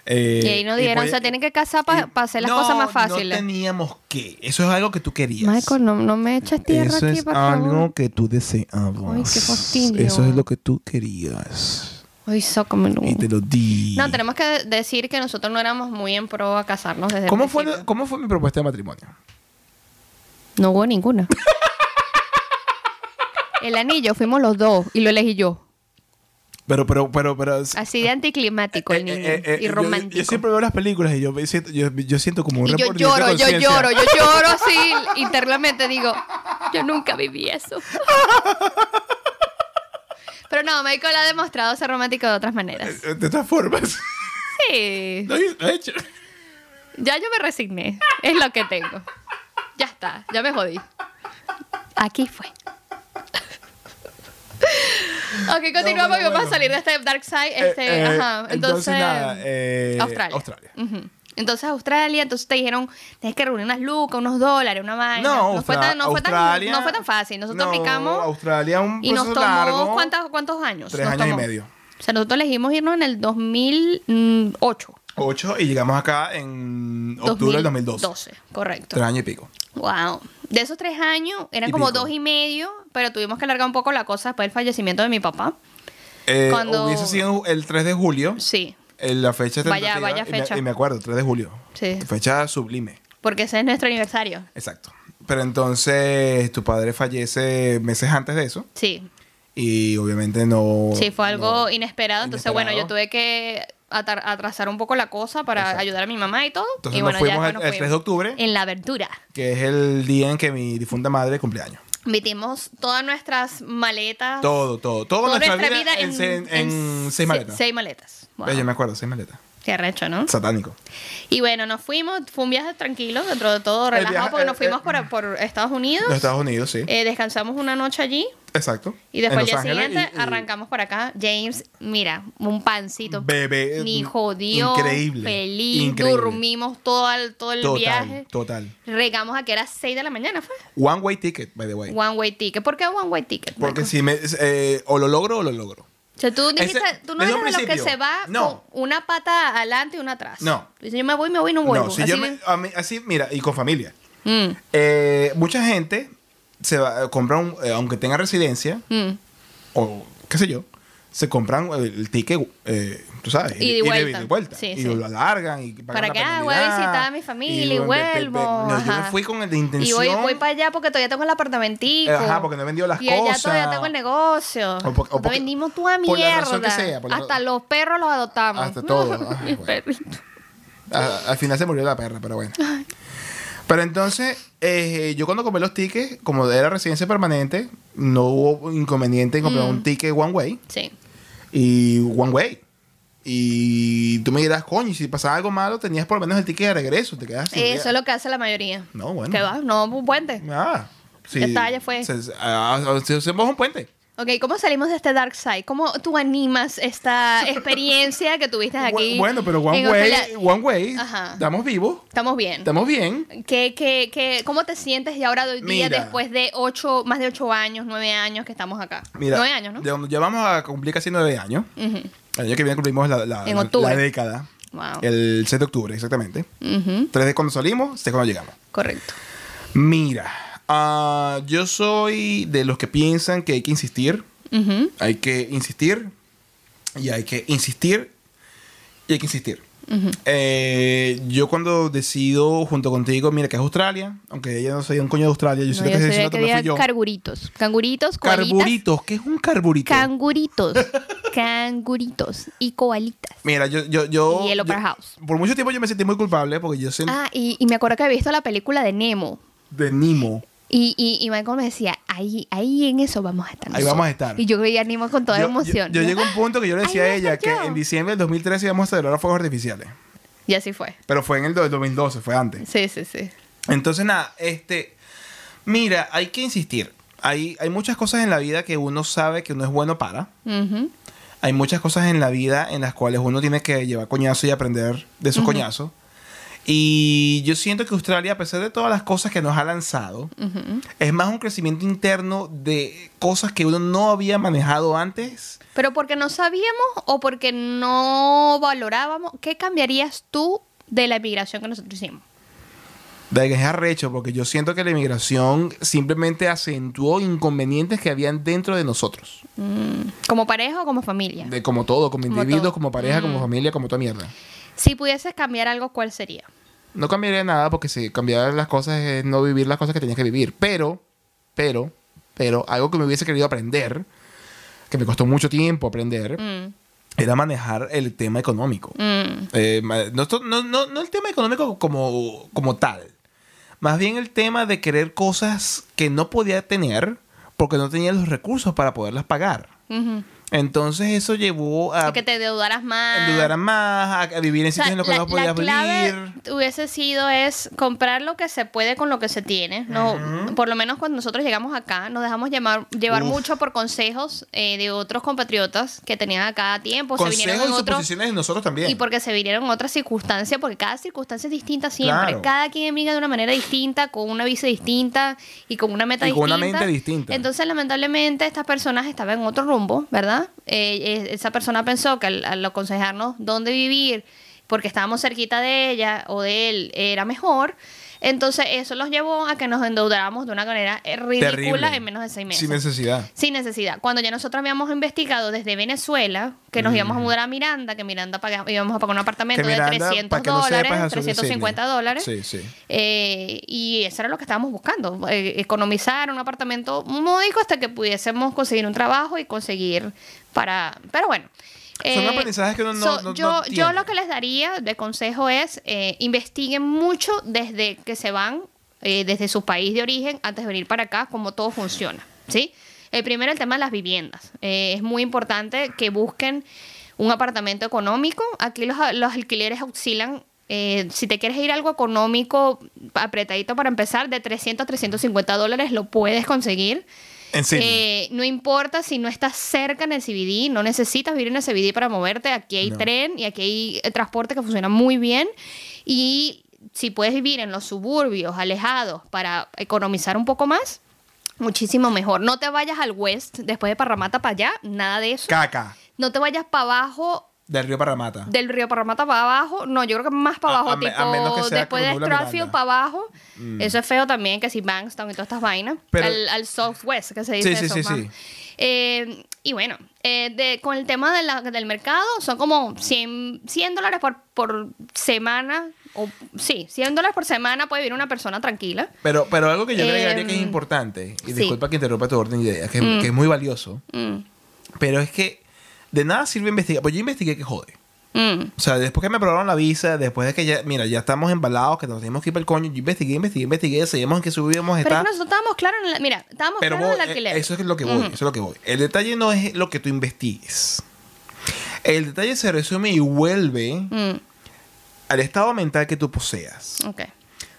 Speaker 2: Eh,
Speaker 1: y ahí nos dijeron,
Speaker 2: podía-
Speaker 1: se tienen que casar para
Speaker 2: y-
Speaker 1: hacer las
Speaker 2: No,
Speaker 1: cosas más
Speaker 2: No
Speaker 1: fáciles.
Speaker 2: teníamos que, eso es algo que tú querías.
Speaker 1: Michael, no, no me eches tierra
Speaker 2: Eso
Speaker 1: aquí,
Speaker 2: es
Speaker 1: por
Speaker 2: algo
Speaker 1: favor.
Speaker 2: que tú deseabas.
Speaker 1: Ay, qué fastidio.
Speaker 2: Eso es lo que tú querías.
Speaker 1: Ay, sócamelo.
Speaker 2: Y te lo di.
Speaker 1: No, tenemos que de- decir que nosotros no éramos muy en pro a casarnos desde el
Speaker 2: ¿Cómo fue,
Speaker 1: principio.
Speaker 2: ¿Cómo fue mi propuesta de matrimonio?
Speaker 1: No hubo ninguna. el anillo fuimos los dos y lo elegí yo.
Speaker 2: Pero, pero, pero, pero.
Speaker 1: Así de anticlimático el
Speaker 2: Eh,
Speaker 1: niño
Speaker 2: eh, eh,
Speaker 1: y
Speaker 2: yo-
Speaker 1: romántico.
Speaker 2: Yo, siempre veo las películas y yo me siento, yo, yo siento como un
Speaker 1: Y yo
Speaker 2: remordimiento de
Speaker 1: lloro, yo
Speaker 2: conciencia.
Speaker 1: lloro, yo lloro así internamente digo, yo nunca viví eso. Pero no, Michael ha demostrado ser romántico de otras maneras.
Speaker 2: Eh, De todas formas, Eh,
Speaker 1: Sí.
Speaker 2: lo he lo he hecho.
Speaker 1: Ya yo me resigné. Es lo que tengo. Ya está, ya me jodí. Aquí fue. Ok, continuamos
Speaker 2: bueno,
Speaker 1: y vamos
Speaker 2: bueno.
Speaker 1: a salir de este dark side. Este,
Speaker 2: Eh, eh,
Speaker 1: ajá. Entonces,
Speaker 2: nada, eh,
Speaker 1: Australia.
Speaker 2: Australia.
Speaker 1: Ujú. Entonces Australia, entonces te dijeron, tienes que reunir unas lucas, unos dólares, una vaina.
Speaker 2: No,
Speaker 1: fue
Speaker 2: Austra-
Speaker 1: tan, no, fue tan,
Speaker 2: Australia-
Speaker 1: no fue tan fácil. Nosotros
Speaker 2: no,
Speaker 1: aplicamos
Speaker 2: Australia un
Speaker 1: y nos
Speaker 2: proceso
Speaker 1: tomó
Speaker 2: largo.
Speaker 1: ¿cuántos, cuántos años?
Speaker 2: Tres
Speaker 1: Nos
Speaker 2: años y
Speaker 1: tomó.
Speaker 2: medio.
Speaker 1: O sea, nosotros elegimos irnos en el 2008.
Speaker 2: Ocho y llegamos acá en octubre del 2012.
Speaker 1: 2012, correcto.
Speaker 2: Tres años y pico.
Speaker 1: Wow. De esos tres años, eran
Speaker 2: Y
Speaker 1: como
Speaker 2: pico.
Speaker 1: dos y medio, pero tuvimos que alargar un poco la cosa después del fallecimiento de mi papá.
Speaker 2: Eh,
Speaker 1: Cuando-
Speaker 2: Hubiese sido el 3 de julio,
Speaker 1: Sí,
Speaker 2: eh, la fecha
Speaker 1: Vaya-
Speaker 2: tentativa,
Speaker 1: vaya
Speaker 2: y me-
Speaker 1: fecha.
Speaker 2: Y me, acuerdo, 3 de julio.
Speaker 1: Sí.
Speaker 2: Fecha sublime.
Speaker 1: porque ese es nuestro aniversario.
Speaker 2: Exacto. Pero entonces tu padre fallece meses antes de eso.
Speaker 1: Sí,
Speaker 2: Y obviamente no.
Speaker 1: sí, fue algo
Speaker 2: Oh, no-
Speaker 1: inesperado. Entonces,
Speaker 2: inesperado.
Speaker 1: bueno, yo tuve que atar- atrasar un poco la cosa para
Speaker 2: Exacto.
Speaker 1: ayudar a mi mamá y todo.
Speaker 2: Entonces
Speaker 1: y
Speaker 2: nos
Speaker 1: bueno,
Speaker 2: fuimos
Speaker 1: ya
Speaker 2: el,
Speaker 1: nos
Speaker 2: el 3 de
Speaker 1: fuimos. Eh.
Speaker 2: octubre,
Speaker 1: En la aventura.
Speaker 2: que es el día en que mi difunta madre cumpleaños.
Speaker 1: Metimos todas nuestras maletas.
Speaker 2: Todo, todo. Toda
Speaker 1: Ah. toda
Speaker 2: nuestra
Speaker 1: nuestra
Speaker 2: vida, en, se- en
Speaker 1: se-
Speaker 2: seis maletas.
Speaker 1: Seis maletas. Wow.
Speaker 2: Eh, Yo me acuerdo, seis maletas.
Speaker 1: Qué arrecho, ¿no?
Speaker 2: Satánico.
Speaker 1: Y bueno, nos fuimos, fue un viaje tranquilo, dentro de todo
Speaker 2: El
Speaker 1: relajado,
Speaker 2: viaje,
Speaker 1: porque
Speaker 2: eh,
Speaker 1: nos fuimos
Speaker 2: eh,
Speaker 1: por, por Estados Unidos.
Speaker 2: Los Estados Unidos, sí.
Speaker 1: Eh, descansamos una noche allí
Speaker 2: Exacto.
Speaker 1: y después
Speaker 2: En
Speaker 1: al día
Speaker 2: Los Ángeles
Speaker 1: siguiente
Speaker 2: y- y-
Speaker 1: arrancamos por acá. James, mira, un pancito.
Speaker 2: Bebé,
Speaker 1: Ni
Speaker 2: mm,
Speaker 1: jodió.
Speaker 2: increíble,
Speaker 1: Feliz.
Speaker 2: increíble.
Speaker 1: Dormimos todo el, todo el
Speaker 2: Total,
Speaker 1: viaje.
Speaker 2: total.
Speaker 1: Regamos aquí a las 6 de la mañana, ¿fue?
Speaker 2: One way ticket, by the way.
Speaker 1: One way ticket. ¿Por qué one way ticket?
Speaker 2: Porque
Speaker 1: Marco?
Speaker 2: si me. eh, o lo logro o lo logro.
Speaker 1: O sea, tú dijiste,
Speaker 2: Ese-
Speaker 1: tú no
Speaker 2: desde
Speaker 1: eres
Speaker 2: un
Speaker 1: de los que
Speaker 2: principio,
Speaker 1: se va
Speaker 2: no.
Speaker 1: con una pata adelante y una atrás.
Speaker 2: No.
Speaker 1: Dice, yo me voy, me voy, no vuelvo.
Speaker 2: No, si
Speaker 1: Así
Speaker 2: yo me-
Speaker 1: de-
Speaker 2: a mí- así, mira, y con familia.
Speaker 1: Mm,
Speaker 2: Eh, mucha gente se va, eh, compra un, eh, aunque tenga residencia,
Speaker 1: mm.
Speaker 2: o qué sé yo, se compran el, el ticket, eh, tú sabes,
Speaker 1: Ida y vuelta.
Speaker 2: y vuelta.
Speaker 1: Sí,
Speaker 2: y
Speaker 1: sí.
Speaker 2: lo alargan y pagan
Speaker 1: Para
Speaker 2: la
Speaker 1: que, ah, voy a
Speaker 2: penalidad,
Speaker 1: visitar a mi familia y
Speaker 2: bueno, pe- pe-
Speaker 1: vuelvo,
Speaker 2: no, yo
Speaker 1: ajá.
Speaker 2: me fui con el de intención.
Speaker 1: Y voy, voy para allá porque todavía tengo el apartamentico.
Speaker 2: Eh, ajá, porque no he vendido las
Speaker 1: y allá
Speaker 2: cosas.
Speaker 1: todavía tengo el negocio.
Speaker 2: O por- o
Speaker 1: No
Speaker 2: porque-
Speaker 1: vendimos toda
Speaker 2: por la
Speaker 1: mierda.
Speaker 2: razón que sea, por la-
Speaker 1: Hasta los perros los adoptamos.
Speaker 2: Hasta todo. Ay,
Speaker 1: Mis
Speaker 2: bueno.
Speaker 1: perritos.
Speaker 2: Ah, al final se murió la perra, pero bueno. Pero entonces, eh, yo cuando compré los tickets, como era residencia permanente, no hubo inconveniente en
Speaker 3: Mm.
Speaker 2: comprar un ticket one way
Speaker 3: Sí.
Speaker 2: y one way. Y tú me dirás, coño, y si pasaba algo malo, tenías por lo menos el ticket de regreso, te quedas sin
Speaker 3: Eso
Speaker 2: idea.
Speaker 3: es lo que hace la mayoría.
Speaker 2: No, bueno.
Speaker 3: Que va, no, un puente.
Speaker 2: Ah, sí.
Speaker 3: Ya está, ya fue.
Speaker 2: Se- se- ah, ah, se- hacemos un puente.
Speaker 3: Ok, ¿cómo salimos de este dark side? ¿Cómo tú animas esta experiencia que tuviste aquí?
Speaker 2: Bu- Bueno, pero one
Speaker 3: en
Speaker 2: way,
Speaker 3: Australia?
Speaker 2: one way,
Speaker 3: Ajá.
Speaker 2: estamos vivos,
Speaker 3: Estamos bien.
Speaker 2: estamos bien.
Speaker 3: ¿Qué, qué, qué, ¿Cómo te sientes ya ahora de hoy día
Speaker 2: Mira.
Speaker 3: después de ocho, más de ocho años, nueve años que estamos acá?
Speaker 2: Mira,
Speaker 3: nueve años, ¿no?
Speaker 2: de donde ya vamos a cumplir casi nueve años.
Speaker 3: Ujú.
Speaker 2: El año que viene cumplimos la, la-
Speaker 3: En
Speaker 2: la-
Speaker 3: octubre.
Speaker 2: la década.
Speaker 3: Wow.
Speaker 2: El 6 de octubre, exactamente.
Speaker 3: Ujú.
Speaker 2: 3 de cuando salimos, 6 cuando llegamos.
Speaker 3: Correcto.
Speaker 2: Mira, ah, yo soy de los que piensan que hay que insistir.
Speaker 3: Ujú.
Speaker 2: Hay que insistir. Y hay que insistir. Y hay que insistir. Eh, yo cuando decido junto contigo, mira que es Australia, aunque ella no soy un coño de Australia, yo
Speaker 3: No,
Speaker 2: siento
Speaker 3: yo
Speaker 2: que ese
Speaker 3: sabía
Speaker 2: dato
Speaker 3: que
Speaker 2: me fui
Speaker 3: había
Speaker 2: yo.
Speaker 3: carburitos. Canguritos, koalitas.
Speaker 2: Carburitos, ¿qué es un carburito?
Speaker 3: Canguritos. canguritos y koalitas.
Speaker 2: Mira, yo, yo, yo,
Speaker 3: Y el
Speaker 2: yo-
Speaker 3: Opera House.
Speaker 2: Por mucho tiempo yo me sentí muy culpable porque yo sentí
Speaker 3: Ah, y, y me acuerdo que había visto la película de Nemo.
Speaker 2: de Nimo.
Speaker 3: Y, y, y Michael me decía, ahí, ahí en eso vamos a estar.
Speaker 2: Ahí vamos a estar.
Speaker 3: Y yo veía a Nemo con toda
Speaker 2: yo,
Speaker 3: emoción.
Speaker 2: Yo, yo llegué a un punto que yo le decía
Speaker 3: Ahí
Speaker 2: a
Speaker 3: voy a
Speaker 2: ella que
Speaker 3: estar yo.
Speaker 2: en diciembre del 2013 íbamos a celebrar fuegos artificiales.
Speaker 3: Y así fue.
Speaker 2: Pero fue en el do- 2012, fue antes.
Speaker 3: Sí, sí, sí.
Speaker 2: Entonces, nada, este. Mira, hay que insistir. Hay, hay muchas cosas en la vida que uno sabe que uno es bueno para.
Speaker 3: Ujú.
Speaker 2: Hay muchas cosas en la vida en las cuales uno tiene que llevar coñazo y aprender de esos coñazos. Y yo siento que Australia, a pesar de todas las cosas que nos ha lanzado, es más un crecimiento interno de cosas que uno no había manejado antes.
Speaker 3: Pero porque no sabíamos o porque no valorábamos, ¿qué cambiarías tú de la emigración que nosotros hicimos?
Speaker 2: De que es arrecho, porque yo siento que la inmigración simplemente acentuó inconvenientes que habían dentro de nosotros.
Speaker 3: ¿Como pareja o como familia?
Speaker 2: De como todo, como,
Speaker 3: Como
Speaker 2: individuos,
Speaker 3: todo.
Speaker 2: como pareja, como familia, como toda mierda.
Speaker 3: Si pudieses cambiar algo, ¿cuál sería?
Speaker 2: No cambiaría nada porque si cambiar las cosas es no vivir las cosas que tenías que vivir. Pero, pero, pero, algo que me hubiese querido aprender, que me costó mucho tiempo aprender,
Speaker 3: Mm,
Speaker 2: era manejar el tema económico.
Speaker 3: mm,
Speaker 2: Eh, ma- no, esto- no, no- no el tema económico como, como tal. Más bien el tema de querer cosas que no podía tener porque no tenía los recursos para poderlas pagar.
Speaker 3: ujú.
Speaker 2: Entonces eso llevó a
Speaker 3: Y que te deudaras más.
Speaker 2: endeudar más, a, a vivir en
Speaker 3: O sea,
Speaker 2: sitios en los que
Speaker 3: la-
Speaker 2: no podías
Speaker 3: la clave
Speaker 2: vivir.
Speaker 3: hubiese sido es comprar lo que se puede con lo que se tiene. No, por lo menos cuando nosotros llegamos acá, nos dejamos llamar, llevar
Speaker 2: Uf.
Speaker 3: mucho por consejos eh, de otros compatriotas que tenían acá tiempo, pues, se vinieron
Speaker 2: Consejos
Speaker 3: en
Speaker 2: y
Speaker 3: otro-
Speaker 2: suposiciones de nosotros también.
Speaker 3: Y porque se vinieron en otras circunstancias, porque cada circunstancia es distinta siempre.
Speaker 2: Claro.
Speaker 3: Cada quien emigra de una manera distinta, con una visa distinta y con una meta
Speaker 2: Y con
Speaker 3: distinta.
Speaker 2: una mente distinta.
Speaker 3: Entonces, lamentablemente, estas personas estaban en otro rumbo, ¿verdad? Eh, eh, esa persona pensó que al, al aconsejarnos dónde vivir, porque estábamos cerquita de ella o de él, era mejor. Entonces, eso los llevó a que nos endeudáramos de una manera eh, ridícula
Speaker 2: Terrible.
Speaker 3: en menos de seis meses.
Speaker 2: Sin necesidad.
Speaker 3: Sin necesidad. Cuando ya nosotros habíamos investigado desde Venezuela, que nos íbamos a mudar a Miranda, que Miranda pagaba- íbamos a pagar un apartamento
Speaker 2: Que
Speaker 3: de
Speaker 2: Miranda,
Speaker 3: 300
Speaker 2: para que no
Speaker 3: dólares,
Speaker 2: sepas, azul de
Speaker 3: 350
Speaker 2: Sydney.
Speaker 3: dólares.
Speaker 2: Sí, sí.
Speaker 3: eh, y eso era lo que estábamos buscando, eh, economizar un apartamento módico hasta que pudiésemos conseguir un trabajo y conseguir para... Pero bueno. eh,
Speaker 2: Son aprendizajes que uno no- no- no
Speaker 3: yo, yo
Speaker 2: tiene.
Speaker 3: lo que les daría de consejo es eh, investiguen mucho desde que se van, eh, desde su país de origen, antes de venir para acá, cómo todo funciona. ¿sí? El primero, el tema de las viviendas. Eh, es muy importante que busquen un apartamento económico. Aquí los, los alquileres oscilan. eh, si te quieres ir a algo económico, apretadito para empezar, de 300 a 350 dólares lo puedes conseguir.
Speaker 2: En Sydney.
Speaker 3: Eh, no importa si no estás cerca en el CBD, no necesitas vivir en el CBD para moverte. Aquí hay
Speaker 2: No.
Speaker 3: tren y aquí hay eh, transporte que funciona muy bien. Y si puedes vivir en los suburbios, alejados, para economizar un poco más, muchísimo mejor. No te vayas al West, después de Parramata para allá, nada de eso.
Speaker 2: Caca.
Speaker 3: no te vayas para abajo.
Speaker 2: Del río Parramata.
Speaker 3: Del río Parramata para abajo, no, yo creo que más para
Speaker 2: A-
Speaker 3: abajo,
Speaker 2: a me- a
Speaker 3: tipo
Speaker 2: menos que sea
Speaker 3: después
Speaker 2: como
Speaker 3: de
Speaker 2: Nubla
Speaker 3: Stratfield
Speaker 2: Miranda. Mm.
Speaker 3: para abajo. Eso es feo también, que si Bankstown y todas estas vainas.
Speaker 2: Pero-
Speaker 3: al, al Southwest, que se dice.
Speaker 2: Sí, sí, sí, sí.
Speaker 3: Southbound. Eh, y bueno, eh, de- con el tema de la- del mercado, son como 100, 100 dólares por, por semana. O, sí, 100 dólares por semana puede vivir una persona tranquila.
Speaker 2: Pero, pero algo que yo
Speaker 3: Em,
Speaker 2: agregaría que es importante, y
Speaker 3: sí.
Speaker 2: disculpa que interrumpa tu orden de ideas, que, que es muy valioso,
Speaker 3: Mm,
Speaker 2: pero es que de nada sirve investigar. Pues yo investigué que jode.
Speaker 3: Mm.
Speaker 2: O sea, después que me aprobaron la visa, después de que ya, mira, ya estamos embalados, que nos tenemos que ir para el coño, yo investigué, investigué, investigué, seguimos en que subíamos,
Speaker 3: Pero es
Speaker 2: está...
Speaker 3: que nosotros estábamos claros en la- Mira, estábamos
Speaker 2: Pero
Speaker 3: claros
Speaker 2: vos,
Speaker 3: en el alquiler.
Speaker 2: eh, eso es lo que voy,
Speaker 3: Ujú.
Speaker 2: eso es lo que voy. El detalle no es lo que tú investigues. El detalle se resume y vuelve
Speaker 3: Mm,
Speaker 2: al estado mental que tú poseas.
Speaker 3: ok.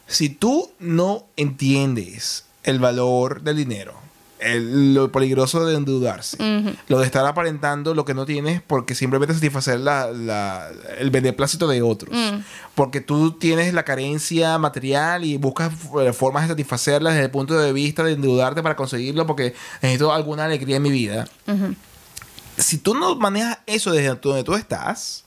Speaker 2: Si tú no entiendes el valor del dinero, el- lo peligroso de endeudarse,
Speaker 3: Ujú.
Speaker 2: lo de estar aparentando lo que no tienes porque simplemente satisfacer la- la- el beneplácito de otros,
Speaker 3: Mm.
Speaker 2: porque tú tienes la carencia material y buscas eh, formas de satisfacerla desde el punto de vista de endeudarte para conseguirlo porque necesito alguna alegría en mi vida.
Speaker 3: Ujú.
Speaker 2: Si tú no manejas eso desde donde tú estás,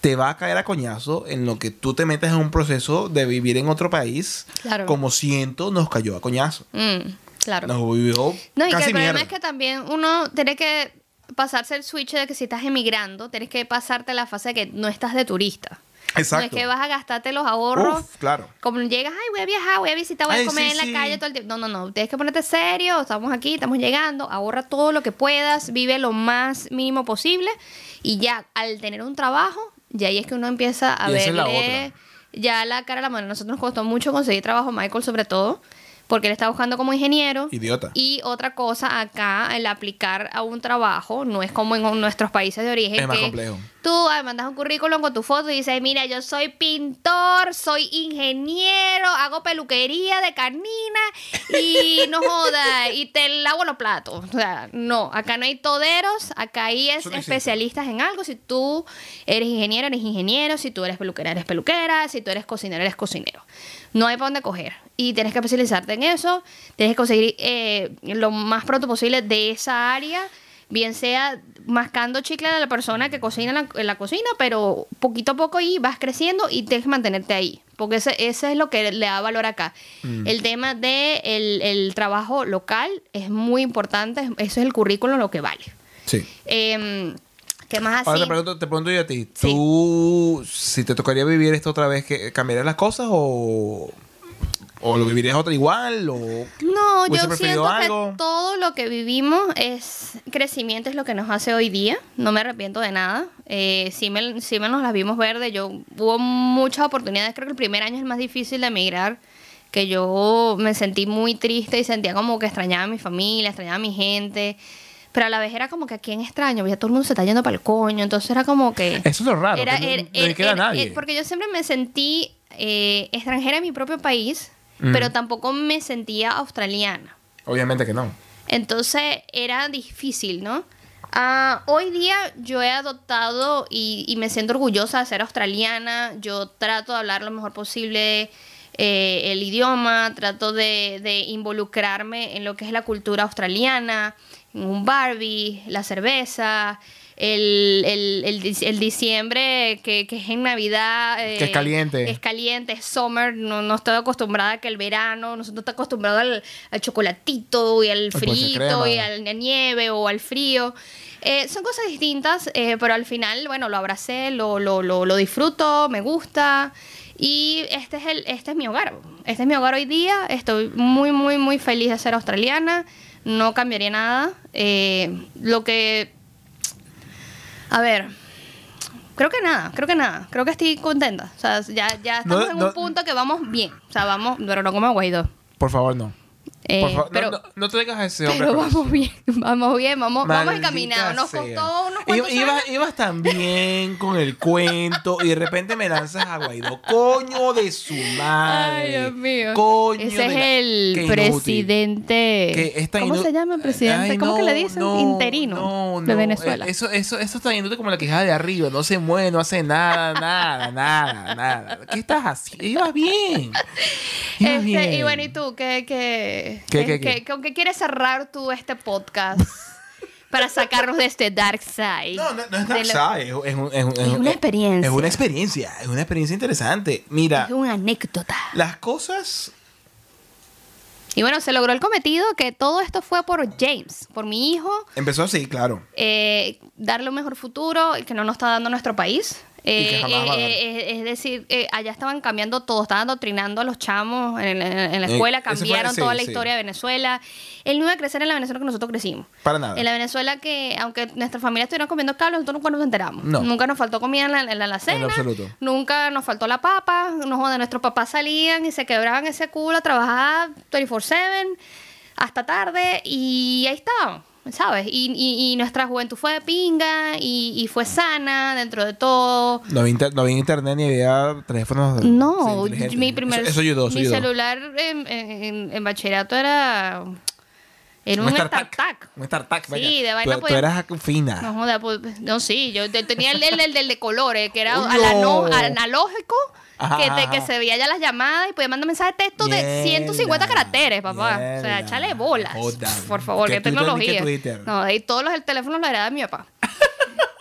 Speaker 2: te va a caer a coñazo en lo que tú te metes en un proceso de vivir en otro país,
Speaker 3: Claro.
Speaker 2: como ciento nos cayó a coñazo.
Speaker 3: Mm, claro.
Speaker 2: Nos vivió
Speaker 3: No, y que
Speaker 2: casi
Speaker 3: el problema
Speaker 2: mierda.
Speaker 3: es que también uno tiene que pasarse el switch de que si estás emigrando, tienes que pasarte la fase de que no estás de turista. No es
Speaker 2: Exacto.
Speaker 3: que vas a gastarte los ahorros.
Speaker 2: Uf, claro.
Speaker 3: Como llegas, ay, voy a viajar, voy a visitar, voy
Speaker 2: Ay,
Speaker 3: a comer
Speaker 2: sí,
Speaker 3: en la
Speaker 2: sí.
Speaker 3: calle todo el tiempo. No, no, no. Tienes que ponerte serio. Estamos aquí, estamos llegando. Ahorra todo lo que puedas. Vive lo más mínimo posible. Y ya, al tener un trabajo, ya ahí es que uno empieza a
Speaker 2: Y esa
Speaker 3: verle
Speaker 2: es la otra.
Speaker 3: ya la cara a la mano. A Nosotros nos costó mucho conseguir trabajo, Michael, sobre todo. Porque él está buscando como ingeniero.
Speaker 2: Idiota.
Speaker 3: Y otra cosa acá, el aplicar a un trabajo, no es como en nuestros países de origen.
Speaker 2: Es más
Speaker 3: que
Speaker 2: complejo.
Speaker 3: Tú ah, mandas un currículum con tu foto y dices, mira, yo soy pintor, soy ingeniero, hago peluquería de canina y no joda, y te lavo los platos. O sea, no, acá no hay toderos, acá hay es
Speaker 2: Eso no existe.
Speaker 3: especialistas en algo. Si tú eres ingeniero, eres ingeniero, si tú eres peluquera, eres peluquera, si tú eres cocinero, eres cocinero. No hay para dónde coger. Y tienes que especializarte en eso, tienes que conseguir eh, lo más pronto posible de esa área bien sea mascando chicle a la persona que cocina en la, en la cocina, pero poquito a poco ahí vas creciendo y tienes que mantenerte ahí. Porque ese, ese es lo que le da valor acá. El tema de el, el trabajo local es muy importante. es- Eso es el currículum lo que vale.
Speaker 2: Sí.
Speaker 3: Em, ¿Qué más
Speaker 2: Ahora
Speaker 3: así?
Speaker 2: te pregunto, te pregunto yo a ti.
Speaker 3: Sí.
Speaker 2: ¿Tú, si te tocaría vivir esto otra vez, que cambiarías las cosas o, o lo vivirías otra igual? O,
Speaker 3: No,
Speaker 2: ¿Hubiese
Speaker 3: yo
Speaker 2: preferido
Speaker 3: siento
Speaker 2: algo?
Speaker 3: que todo lo que vivimos es crecimiento, es lo que nos hace hoy día. No me arrepiento de nada. Eh, sí, me, sí me nos las vimos verde. Yo hubo muchas oportunidades. Creo que el primer año es el más difícil de emigrar. Que yo me sentí muy triste y sentía como que extrañaba a mi familia, extrañaba a mi gente. Pero a la vez era como que a quién extraño, ya todo el mundo se está yendo para el coño. Entonces era como que.
Speaker 2: Eso es lo raro.
Speaker 3: Era- er-
Speaker 2: que no-
Speaker 3: era-
Speaker 2: no le
Speaker 3: era-
Speaker 2: queda a
Speaker 3: era-
Speaker 2: nadie.
Speaker 3: era- eh, porque yo siempre me sentí eh, extranjera en mi propio país,
Speaker 2: Ujú.
Speaker 3: pero tampoco me sentía australiana.
Speaker 2: Obviamente que no.
Speaker 3: Entonces era difícil, ¿no? Ah, hoy día yo he adoptado y, y me siento orgullosa de ser australiana. Yo trato de hablar lo mejor posible eh, el idioma, trato de, de involucrarme en lo que es la cultura australiana, en un Barbie, la cerveza, el, el- el dic- el diciembre que, que es en Navidad. eh,
Speaker 2: Que es caliente.
Speaker 3: es caliente, es summer, no, no estoy acostumbrada a que el verano, no estoy acostumbrada al, al chocolatito y al
Speaker 2: Al ponche
Speaker 3: frito y
Speaker 2: crema.
Speaker 3: al a la nieve o al frío. Eh, son cosas distintas, eh, pero al final, bueno, lo abracé, lo, lo, lo, lo disfruto, me gusta. Y este es, el, este es mi hogar. Este es mi hogar hoy día. Estoy muy, muy, muy feliz de ser australiana. No cambiaría nada. Eh, lo que... A ver. Creo que nada, creo que nada. Creo que estoy contenta. O sea, ya, ya
Speaker 2: No,
Speaker 3: estamos en
Speaker 2: no-
Speaker 3: un punto que vamos bien. O sea, vamos, pero no como a Guaidó.
Speaker 2: Por favor, no.
Speaker 3: Eh,
Speaker 2: Por favor,
Speaker 3: pero,
Speaker 2: no, no, no te digas a ese hombre.
Speaker 3: pero
Speaker 2: con eso.
Speaker 3: vamos bien, vamos bien, vamos, vamos
Speaker 2: Maldita
Speaker 3: encaminados. Nos
Speaker 2: sea.
Speaker 3: costó unos cuantos
Speaker 2: Iba- iba-
Speaker 3: años.
Speaker 2: Ibas tan bien con el cuento y de repente me lanzas a Guaidó. Coño de su madre.
Speaker 3: Ay, Dios mío.
Speaker 2: Coño
Speaker 3: Ese
Speaker 2: de
Speaker 3: es
Speaker 2: la- Qué
Speaker 3: el
Speaker 2: inútil.
Speaker 3: presidente.
Speaker 2: Que es tan
Speaker 3: ¿Cómo
Speaker 2: inu-
Speaker 3: se llama el presidente?
Speaker 2: Ay,
Speaker 3: ¿Cómo que
Speaker 2: no,
Speaker 3: le dicen?
Speaker 2: no,
Speaker 3: Interino
Speaker 2: no,
Speaker 3: de
Speaker 2: no.
Speaker 3: Venezuela.
Speaker 2: Eh, Eso, eso, eso está yéndote como la quijada de arriba. No se mueve, no hace nada, nada, nada, nada. ¿Qué estás haciendo? Ibas bien. Ibas
Speaker 3: Este,
Speaker 2: bien.
Speaker 3: y bueno, ¿y tú? ¿Qué, qué,
Speaker 2: ¿Qué,
Speaker 3: qué-
Speaker 2: qué, qué?
Speaker 3: qué- con qué quieres cerrar tú este podcast para sacarnos de este dark side?
Speaker 2: No, no, no es
Speaker 3: De
Speaker 2: dark
Speaker 3: lo-
Speaker 2: side, es, es un- es un- es
Speaker 3: Es
Speaker 2: un-
Speaker 3: una experiencia.
Speaker 2: Es una experiencia, es una experiencia interesante. Mira,
Speaker 3: Es una anécdota.
Speaker 2: las cosas
Speaker 3: Y bueno, se logró el cometido que todo esto fue por James, por mi hijo.
Speaker 2: empezó así, claro.
Speaker 3: eh, darle un mejor futuro, el que no nos está dando nuestro país.
Speaker 2: Y que
Speaker 3: Eh,
Speaker 2: jamás
Speaker 3: eh,
Speaker 2: va a dar.
Speaker 3: eh, es decir, eh, allá estaban cambiando todo, estaban adoctrinando a los chamos en, en- en la escuela,
Speaker 2: Eh, eso fue-
Speaker 3: cambiaron
Speaker 2: sí,
Speaker 3: toda la
Speaker 2: sí.
Speaker 3: historia de Venezuela. Él no iba a crecer en la Venezuela que nosotros crecimos.
Speaker 2: Para nada.
Speaker 3: En la Venezuela que, aunque nuestra familia estuviera comiendo cabros, nosotros nunca nos enteramos.
Speaker 2: No.
Speaker 3: Nunca nos faltó comida en la, en la alacena.
Speaker 2: En lo absoluto.
Speaker 3: Nunca nos faltó la papa. No joda, nuestros papás salían y se quebraban ese culo a trabajar 24-7 hasta tarde y ahí estaban, ¿sabes? Y, y- y nuestra juventud fue de pinga y, y fue sana dentro de todo.
Speaker 2: No había, inter- no había internet ni había teléfonos. eh,
Speaker 3: No,
Speaker 2: inteligentes.
Speaker 3: mi primer
Speaker 2: Eso, eso ayudó, eso
Speaker 3: mi
Speaker 2: ayudó.
Speaker 3: celular en, en- en bachillerato era, era un, StarTac.
Speaker 2: Un StarTac, vaya.
Speaker 3: Sí, de
Speaker 2: Tú-
Speaker 3: vaina
Speaker 2: Tú,
Speaker 3: podía-
Speaker 2: eras fina.
Speaker 3: No, joda, pues, no, sí, yo te- tenía el, el, el- el de colores, que era
Speaker 2: Coño.
Speaker 3: alano- analógico,
Speaker 2: Ajá,
Speaker 3: que, te-
Speaker 2: ajá.
Speaker 3: que se veía ya las llamadas y podía mandar mensajes de texto
Speaker 2: Mierda,
Speaker 3: de 150 caracteres, papá. O sea,
Speaker 2: mierda.
Speaker 3: échale bolas.
Speaker 2: Joda.
Speaker 3: Por favor,
Speaker 2: Que
Speaker 3: que
Speaker 2: Twitter ni que
Speaker 3: tecnología.
Speaker 2: Twitter.
Speaker 3: No, ahí todos los el teléfono lo heredaba mi papá.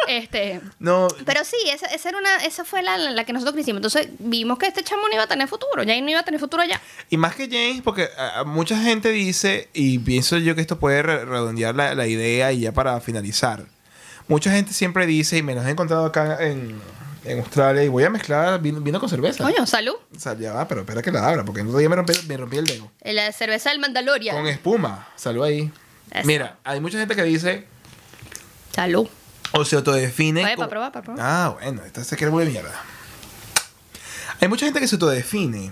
Speaker 3: este.
Speaker 2: No,
Speaker 3: Pero sí, esa, esa era una, esa fue la, la que nosotros crecimos. Entonces vimos que este chamo no iba a tener futuro, ya no iba a tener futuro allá.
Speaker 2: y más que James, porque a- a mucha gente dice, y pienso yo que esto puede re- redondear la, la idea y ya para finalizar. Mucha gente siempre dice, y me los he encontrado acá en, en Australia, y voy a mezclar vino, vino con cerveza.
Speaker 3: Coño, salud.
Speaker 2: O sea, ya va, pero espera que la abra, porque el otro día me rompí, me rompí el dedo.
Speaker 3: Eh, La cerveza del Mandalorian.
Speaker 2: Con espuma. Salud ahí.
Speaker 3: Eso.
Speaker 2: Mira, hay mucha gente que dice,
Speaker 3: Salud.
Speaker 2: O se autodefine.
Speaker 3: Vale, para
Speaker 2: como-
Speaker 3: probar, para probar.
Speaker 2: Ah, bueno, esta se quiere volver mierda. Hay mucha gente que se autodefine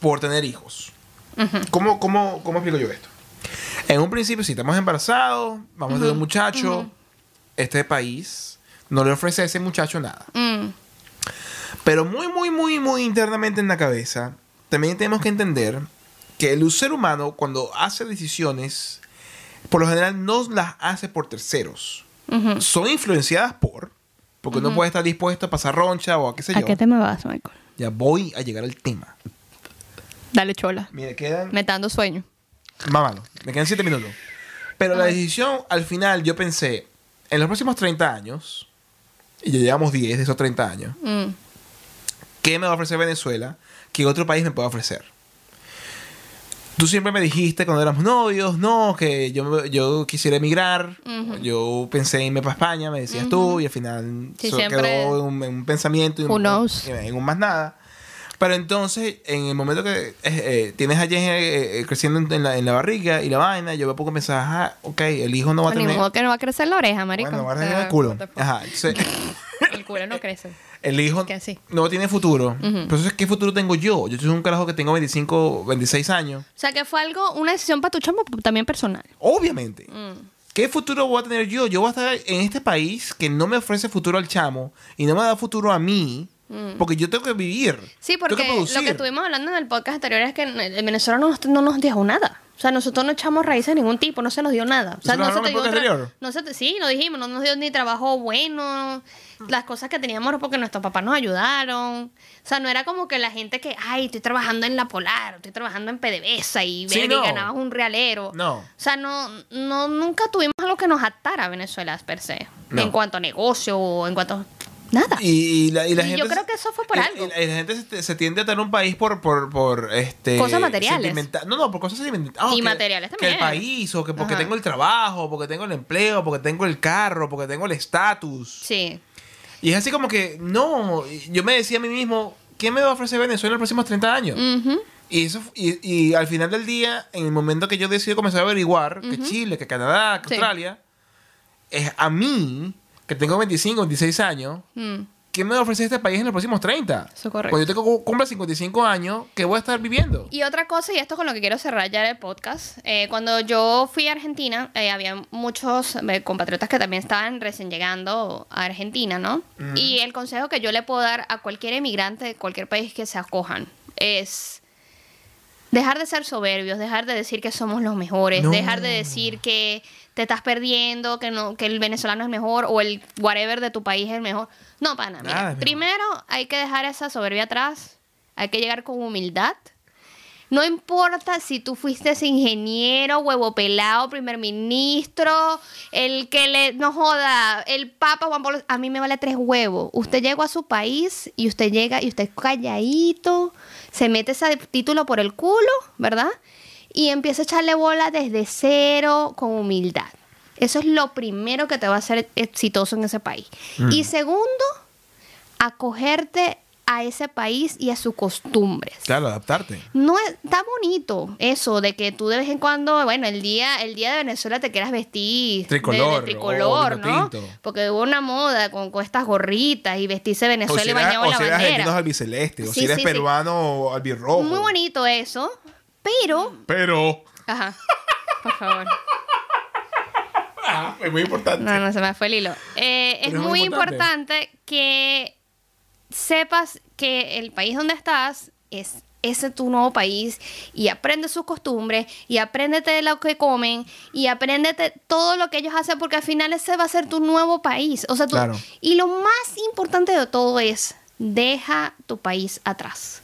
Speaker 2: por tener hijos. Ah. ¿Cómo, cómo, cómo explico yo esto? En un principio, si estamos embarazados, vamos a tener un muchacho, este país no le ofrece a ese muchacho nada.
Speaker 3: Mm,
Speaker 2: Pero muy, muy, muy, muy internamente en la cabeza, también tenemos que entender que el ser humano, cuando hace decisiones, por lo general no las hace por terceros.
Speaker 3: ujú.
Speaker 2: Son influenciadas por, porque uno puede estar dispuesto a pasar roncha o a qué sé
Speaker 3: ¿A
Speaker 2: yo.
Speaker 3: qué tema vas, Michael?
Speaker 2: Ya voy a llegar al tema.
Speaker 3: Dale chola.
Speaker 2: Mira, quedan.
Speaker 3: Me está dando sueño.
Speaker 2: Mámalo, me quedan 7 minutos. Pero la decisión, al final, yo pensé, en los próximos 30 años, y ya llevamos 10 de esos 30 años,
Speaker 3: Mm.
Speaker 2: ¿Qué me va a ofrecer Venezuela que otro país me pueda ofrecer? Tú siempre me dijiste cuando éramos novios, no, que yo, me- yo quisiera emigrar, yo pensé en irme para España, me decías tú, y al final
Speaker 3: Sí,
Speaker 2: solo
Speaker 3: siempre-
Speaker 2: quedó en un, en un pensamiento y
Speaker 3: Who
Speaker 2: un-
Speaker 3: knows?
Speaker 2: en un más nada. Pero entonces, en el momento que eh, eh, tienes a Jen eh, eh, creciendo en la, en la barriga y la vaina, yo me pongo a pensar, ajá, ok, el hijo no va a
Speaker 3: Pues Ni
Speaker 2: tener...
Speaker 3: modo que no va a crecer la oreja, marico.
Speaker 2: Bueno, va a
Speaker 3: O sea,
Speaker 2: tener el culo.
Speaker 3: what the fuck.
Speaker 2: Ajá, entonces,
Speaker 3: El culo no crece.
Speaker 2: el hijo
Speaker 3: Que sí.
Speaker 2: no tiene futuro.
Speaker 3: Ujú.
Speaker 2: Pero entonces, ¿qué futuro tengo yo? Yo soy un carajo que tengo 25, 26 años.
Speaker 3: O sea, que fue algo, una decisión para tu chamo pero también personal.
Speaker 2: Obviamente.
Speaker 3: Mm.
Speaker 2: ¿Qué futuro voy a tener yo? Yo voy a estar en este país que no me ofrece futuro al chamo y no me da futuro a mí porque yo tengo que vivir.
Speaker 3: Mm. Sí,
Speaker 2: tengo
Speaker 3: porque lo
Speaker 2: producir.
Speaker 3: que estuvimos hablando en el podcast anterior es que en- en Venezuela no, nos- no nos dejó nada. O sea, nosotros no echamos raíces de ningún tipo, no se nos dio nada. O sea,
Speaker 2: ¿Eso lo
Speaker 3: no se
Speaker 2: hablamos
Speaker 3: te
Speaker 2: en el
Speaker 3: dio
Speaker 2: podcast
Speaker 3: tra-
Speaker 2: anterior?
Speaker 3: no se te- sí, lo dijimos, no nos dio ni trabajo bueno, las cosas que teníamos era porque nuestros papás nos ayudaron. O sea, no era como que la gente que, ay, estoy trabajando en La Polar, estoy trabajando en PDVSA y,
Speaker 2: Sí,
Speaker 3: verga, y
Speaker 2: no.
Speaker 3: ganabas un realero.
Speaker 2: No.
Speaker 3: O sea, no, no, nunca tuvimos algo que nos atara a Venezuela per se.
Speaker 2: No.
Speaker 3: En cuanto a negocio o en cuanto... Nada.
Speaker 2: Y, y la, y la
Speaker 3: Y yo
Speaker 2: gente
Speaker 3: creo
Speaker 2: se-
Speaker 3: que eso fue por
Speaker 2: y-
Speaker 3: algo.
Speaker 2: y la gente se, se tiende a tener un país por, por, por este,
Speaker 3: Cosas materiales.
Speaker 2: sentimenta- No, no, por cosas sentimentales. Ah,
Speaker 3: Y
Speaker 2: que-
Speaker 3: materiales
Speaker 2: Que el
Speaker 3: también.
Speaker 2: país, o que porque
Speaker 3: Ajá.
Speaker 2: tengo el trabajo, porque tengo el empleo, porque tengo el carro, porque tengo el estatus.
Speaker 3: Sí.
Speaker 2: Y es así como que, no, y yo me decía a mí mismo, ¿qué me va a ofrecer Venezuela en los próximos 30 años?
Speaker 3: Ujú.
Speaker 2: Y, eso, fu- y, y al final del día, en el momento que yo decido comenzar a averiguar que Chile, que Canadá, que
Speaker 3: Sí.
Speaker 2: Australia, es a mí, que tengo 25, 26 años,
Speaker 3: Mm.
Speaker 2: ¿qué me va a ofrecer este país en los próximos 30?
Speaker 3: Eso es correcto.
Speaker 2: Cuando yo tengo, cu- cumpla 55 años, ¿qué voy a estar viviendo?
Speaker 3: Y otra cosa, y esto con lo que quiero cerrar ya el podcast, eh, cuando yo fui a Argentina, eh, había muchos eh, compatriotas que también estaban recién llegando a Argentina, ¿no? Y el consejo que yo le puedo dar a cualquier emigrante de cualquier país que se acojan es dejar de ser soberbios, dejar de decir que somos los mejores,
Speaker 2: No.
Speaker 3: dejar de decir que te estás perdiendo, que no que el venezolano es mejor o el whatever de tu país es el mejor. No, pana, mira,
Speaker 2: Nada es mejor.
Speaker 3: primero hay que dejar esa soberbia atrás, hay que llegar con humildad. No importa si tú fuiste ese ingeniero, huevo pelado, primer ministro, el que le, no joda, el Papa Juan Pablo, a mí me vale tres huevos. Usted llegó a su país y usted llega y usted es calladito, se mete ese título por el culo, ¿verdad? Y empieza a echarle bola desde cero con humildad. Eso es lo primero que te va a hacer exitoso en ese país. Y segundo, acogerte a ese país y a sus costumbres.
Speaker 2: Claro, adaptarte.
Speaker 3: No es, está bonito eso de que tú de vez en cuando, bueno, el día, el día de Venezuela te quieras vestir de- de,
Speaker 2: Tricolor, o
Speaker 3: tricolor,
Speaker 2: vino
Speaker 3: ¿no?
Speaker 2: tinto.
Speaker 3: Porque hubo una moda con, con estas gorritas y vestirse de
Speaker 2: O
Speaker 3: Venezuela
Speaker 2: si
Speaker 3: y
Speaker 2: eres,
Speaker 3: bañado en
Speaker 2: o
Speaker 3: la
Speaker 2: si eres argentino
Speaker 3: bandera.
Speaker 2: albiceleste, o
Speaker 3: Sí,
Speaker 2: si eres
Speaker 3: sí, sí.
Speaker 2: peruano albirrojo.
Speaker 3: Muy bonito eso, pero,
Speaker 2: Pero,
Speaker 3: ajá, por favor.
Speaker 2: ah, es muy importante.
Speaker 3: No, no, se me fue el hilo. Eh,
Speaker 2: Pero
Speaker 3: es
Speaker 2: es
Speaker 3: muy
Speaker 2: muy
Speaker 3: importante.
Speaker 2: importante.
Speaker 3: que sepas que el país donde estás es ese tu nuevo país y aprende sus costumbres y apréndete de lo que comen y apréndete todo lo que ellos hacen porque al final ese va a ser tu nuevo país. O sea, tú-
Speaker 2: Claro.
Speaker 3: y lo más importante de todo es deja tu país atrás.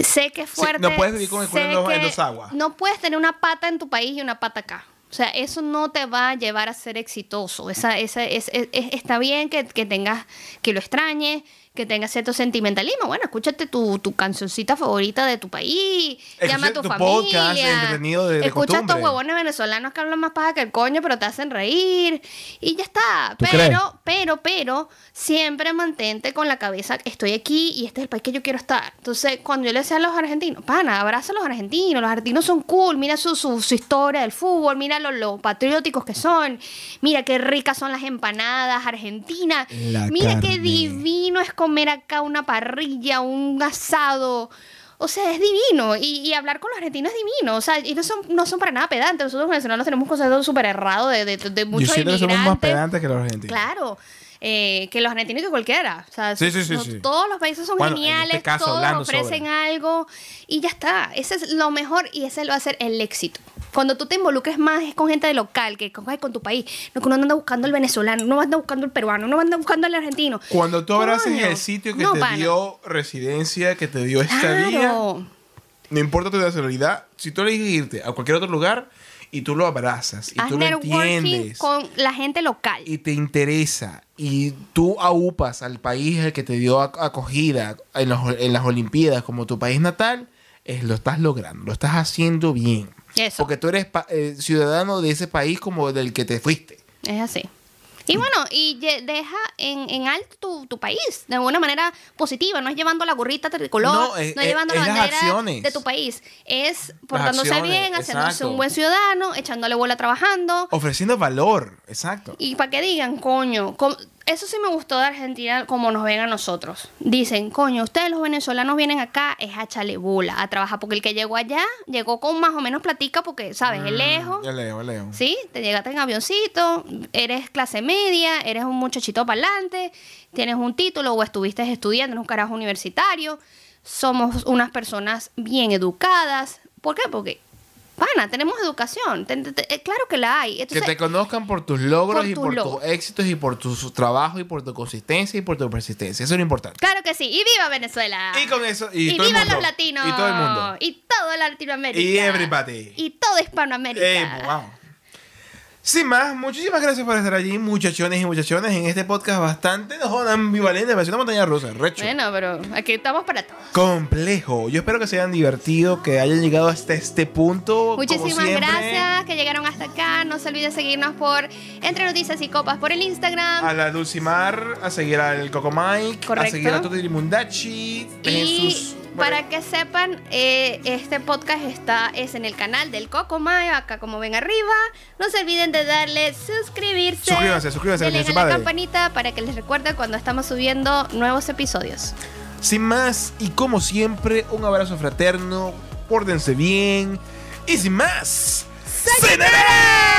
Speaker 3: Sé que es
Speaker 2: Sí, no
Speaker 3: fuerte.
Speaker 2: puedes vivir con el culo en
Speaker 3: sé
Speaker 2: dos- en
Speaker 3: que
Speaker 2: dos aguas.
Speaker 3: No puedes tener una pata en tu país y una pata acá. O sea, eso no te va a llevar a ser exitoso. Esa, esa, es, es- es- está bien que, que tengas, que lo extrañes, que tengas cierto sentimentalismo. Bueno, escúchate tu, tu cancioncita favorita de tu país. llama a
Speaker 2: Escúchate
Speaker 3: tu,
Speaker 2: tu
Speaker 3: familia.
Speaker 2: podcast entretenido de- de
Speaker 3: escucha a
Speaker 2: costumbre.
Speaker 3: estos huevones venezolanos que hablan más paja que el coño, pero te hacen reír. Y ya está.
Speaker 2: ¿Tú
Speaker 3: Pero,
Speaker 2: crees?
Speaker 3: pero, pero, siempre mantente con la cabeza, estoy aquí y este es el país que yo quiero estar. Entonces, cuando yo le decía a los argentinos, pana, abraza a los argentinos, los argentinos son cool, mira su, su, su historia del fútbol, mira lo, lo patrióticos que son, mira qué ricas son las empanadas argentinas,
Speaker 2: La
Speaker 3: mira qué
Speaker 2: carne.
Speaker 3: divino es comer acá una parrilla, un asado. O sea, es divino. Y, y hablar con los argentinos es divino. O sea, y no son, no son para nada pedantes. Nosotros los venezolanos tenemos un concepto súper errado de, de, de muchos
Speaker 2: Yo siento que somos más
Speaker 3: inmigrantes.
Speaker 2: pedantes que los argentinos.
Speaker 3: Claro. eh, que los argentinos que cualquiera. O sea,
Speaker 2: Sí, sí, sí,
Speaker 3: no-
Speaker 2: sí.
Speaker 3: Todos los países son
Speaker 2: Bueno, en
Speaker 3: geniales,
Speaker 2: este caso,
Speaker 3: todos
Speaker 2: hablando
Speaker 3: ofrecen
Speaker 2: sobre-
Speaker 3: algo y ya está. Ese es lo mejor y ese va a ser el éxito. Cuando tú te involucres más es con gente de local, que con, ay, con tu país. No, que uno anda buscando el venezolano, no anda buscando el peruano, no anda buscando el argentino.
Speaker 2: Cuando tú abraces
Speaker 3: Coño.
Speaker 2: el sitio que
Speaker 3: No,
Speaker 2: te
Speaker 3: pana.
Speaker 2: dio residencia, que te dio estadía,
Speaker 3: Claro.
Speaker 2: no importa tu nacionalidad, si tú eliges irte a cualquier otro lugar y tú lo abrazas y
Speaker 3: Haz
Speaker 2: tú lo
Speaker 3: networking
Speaker 2: entiendes
Speaker 3: con la gente local.
Speaker 2: y te interesa y tú aupas al país al que te dio ac- acogida en, los- en las Olimpiadas como tu país natal, es, lo estás logrando, lo estás haciendo bien.
Speaker 3: Eso.
Speaker 2: Porque tú eres pa- eh, ciudadano de ese país como del que te fuiste.
Speaker 3: Es así. Y bueno, y ye- deja en, en alto tu, tu país, de alguna manera positiva. No es llevando la gorrita tricolor, no,
Speaker 2: No, es-
Speaker 3: es
Speaker 2: es-
Speaker 3: llevando la
Speaker 2: es las
Speaker 3: bandera
Speaker 2: acciones.
Speaker 3: de tu país. Es portándose
Speaker 2: acciones,
Speaker 3: bien, haciéndose
Speaker 2: exacto.
Speaker 3: un buen ciudadano, echándole bola trabajando.
Speaker 2: Ofreciendo valor, exacto.
Speaker 3: Y para que digan, coño, com- eso sí me gustó de Argentina como nos ven a nosotros. Dicen, coño, ustedes los venezolanos vienen acá es a echarle bola, a trabajar, porque el que llegó allá llegó con más o menos platica porque, ¿sabes?
Speaker 2: Mm,
Speaker 3: Es lejos.
Speaker 2: Ya leo, ya leo.
Speaker 3: ¿Sí? Te llegaste en avioncito, eres clase media, eres un muchachito para adelante, tienes un título o estuviste estudiando en un carajo universitario, somos unas personas bien educadas. ¿Por qué? Porque, pana, tenemos educación, te- te- te- eh, claro que la hay.
Speaker 2: Que
Speaker 3: Entonces,
Speaker 2: te conozcan por tus logros
Speaker 3: por
Speaker 2: y
Speaker 3: tus
Speaker 2: por
Speaker 3: logros.
Speaker 2: tus éxitos y por tu trabajo y por tu consistencia y por tu persistencia. Eso es lo importante.
Speaker 3: claro que sí, y viva Venezuela.
Speaker 2: Y con eso, y,
Speaker 3: Ah. Y
Speaker 2: todo el
Speaker 3: viva
Speaker 2: mundo.
Speaker 3: los latinos.
Speaker 2: Y todo el mundo.
Speaker 3: Y toda Latinoamérica.
Speaker 2: Y everybody.
Speaker 3: Y toda Hispanoamérica.
Speaker 2: Eh, wow. Sin más, muchísimas gracias por estar allí, muchachones y muchachones, en este podcast bastante no jodan ambivalente, parece una montaña rusa, recho.
Speaker 3: Bueno, pero aquí estamos para todos.
Speaker 2: Complejo. Yo espero que se hayan divertido, que hayan llegado hasta este punto. como
Speaker 3: Muchísimas
Speaker 2: siempre.
Speaker 3: gracias que llegaron hasta acá. No se olviden seguirnos por Entre Noticias y Copas por el Instagram.
Speaker 2: A la Dulcimar, a seguir al Coco Mike,
Speaker 3: Correcto.
Speaker 2: a seguir a Tutirimundachi,
Speaker 3: y para que sepan, eh, este podcast está es en el canal del Cocomay, acá como ven arriba. No se olviden de darle suscribirse.
Speaker 2: Suscríbanse, suscríbanse,
Speaker 3: Denle
Speaker 2: coño,
Speaker 3: a
Speaker 2: su
Speaker 3: la
Speaker 2: madre.
Speaker 3: campanita para que les recuerde cuando estamos subiendo nuevos episodios.
Speaker 2: Sin más, y como siempre, un abrazo fraterno, pórtense bien, y sin más, ¡Sayonara!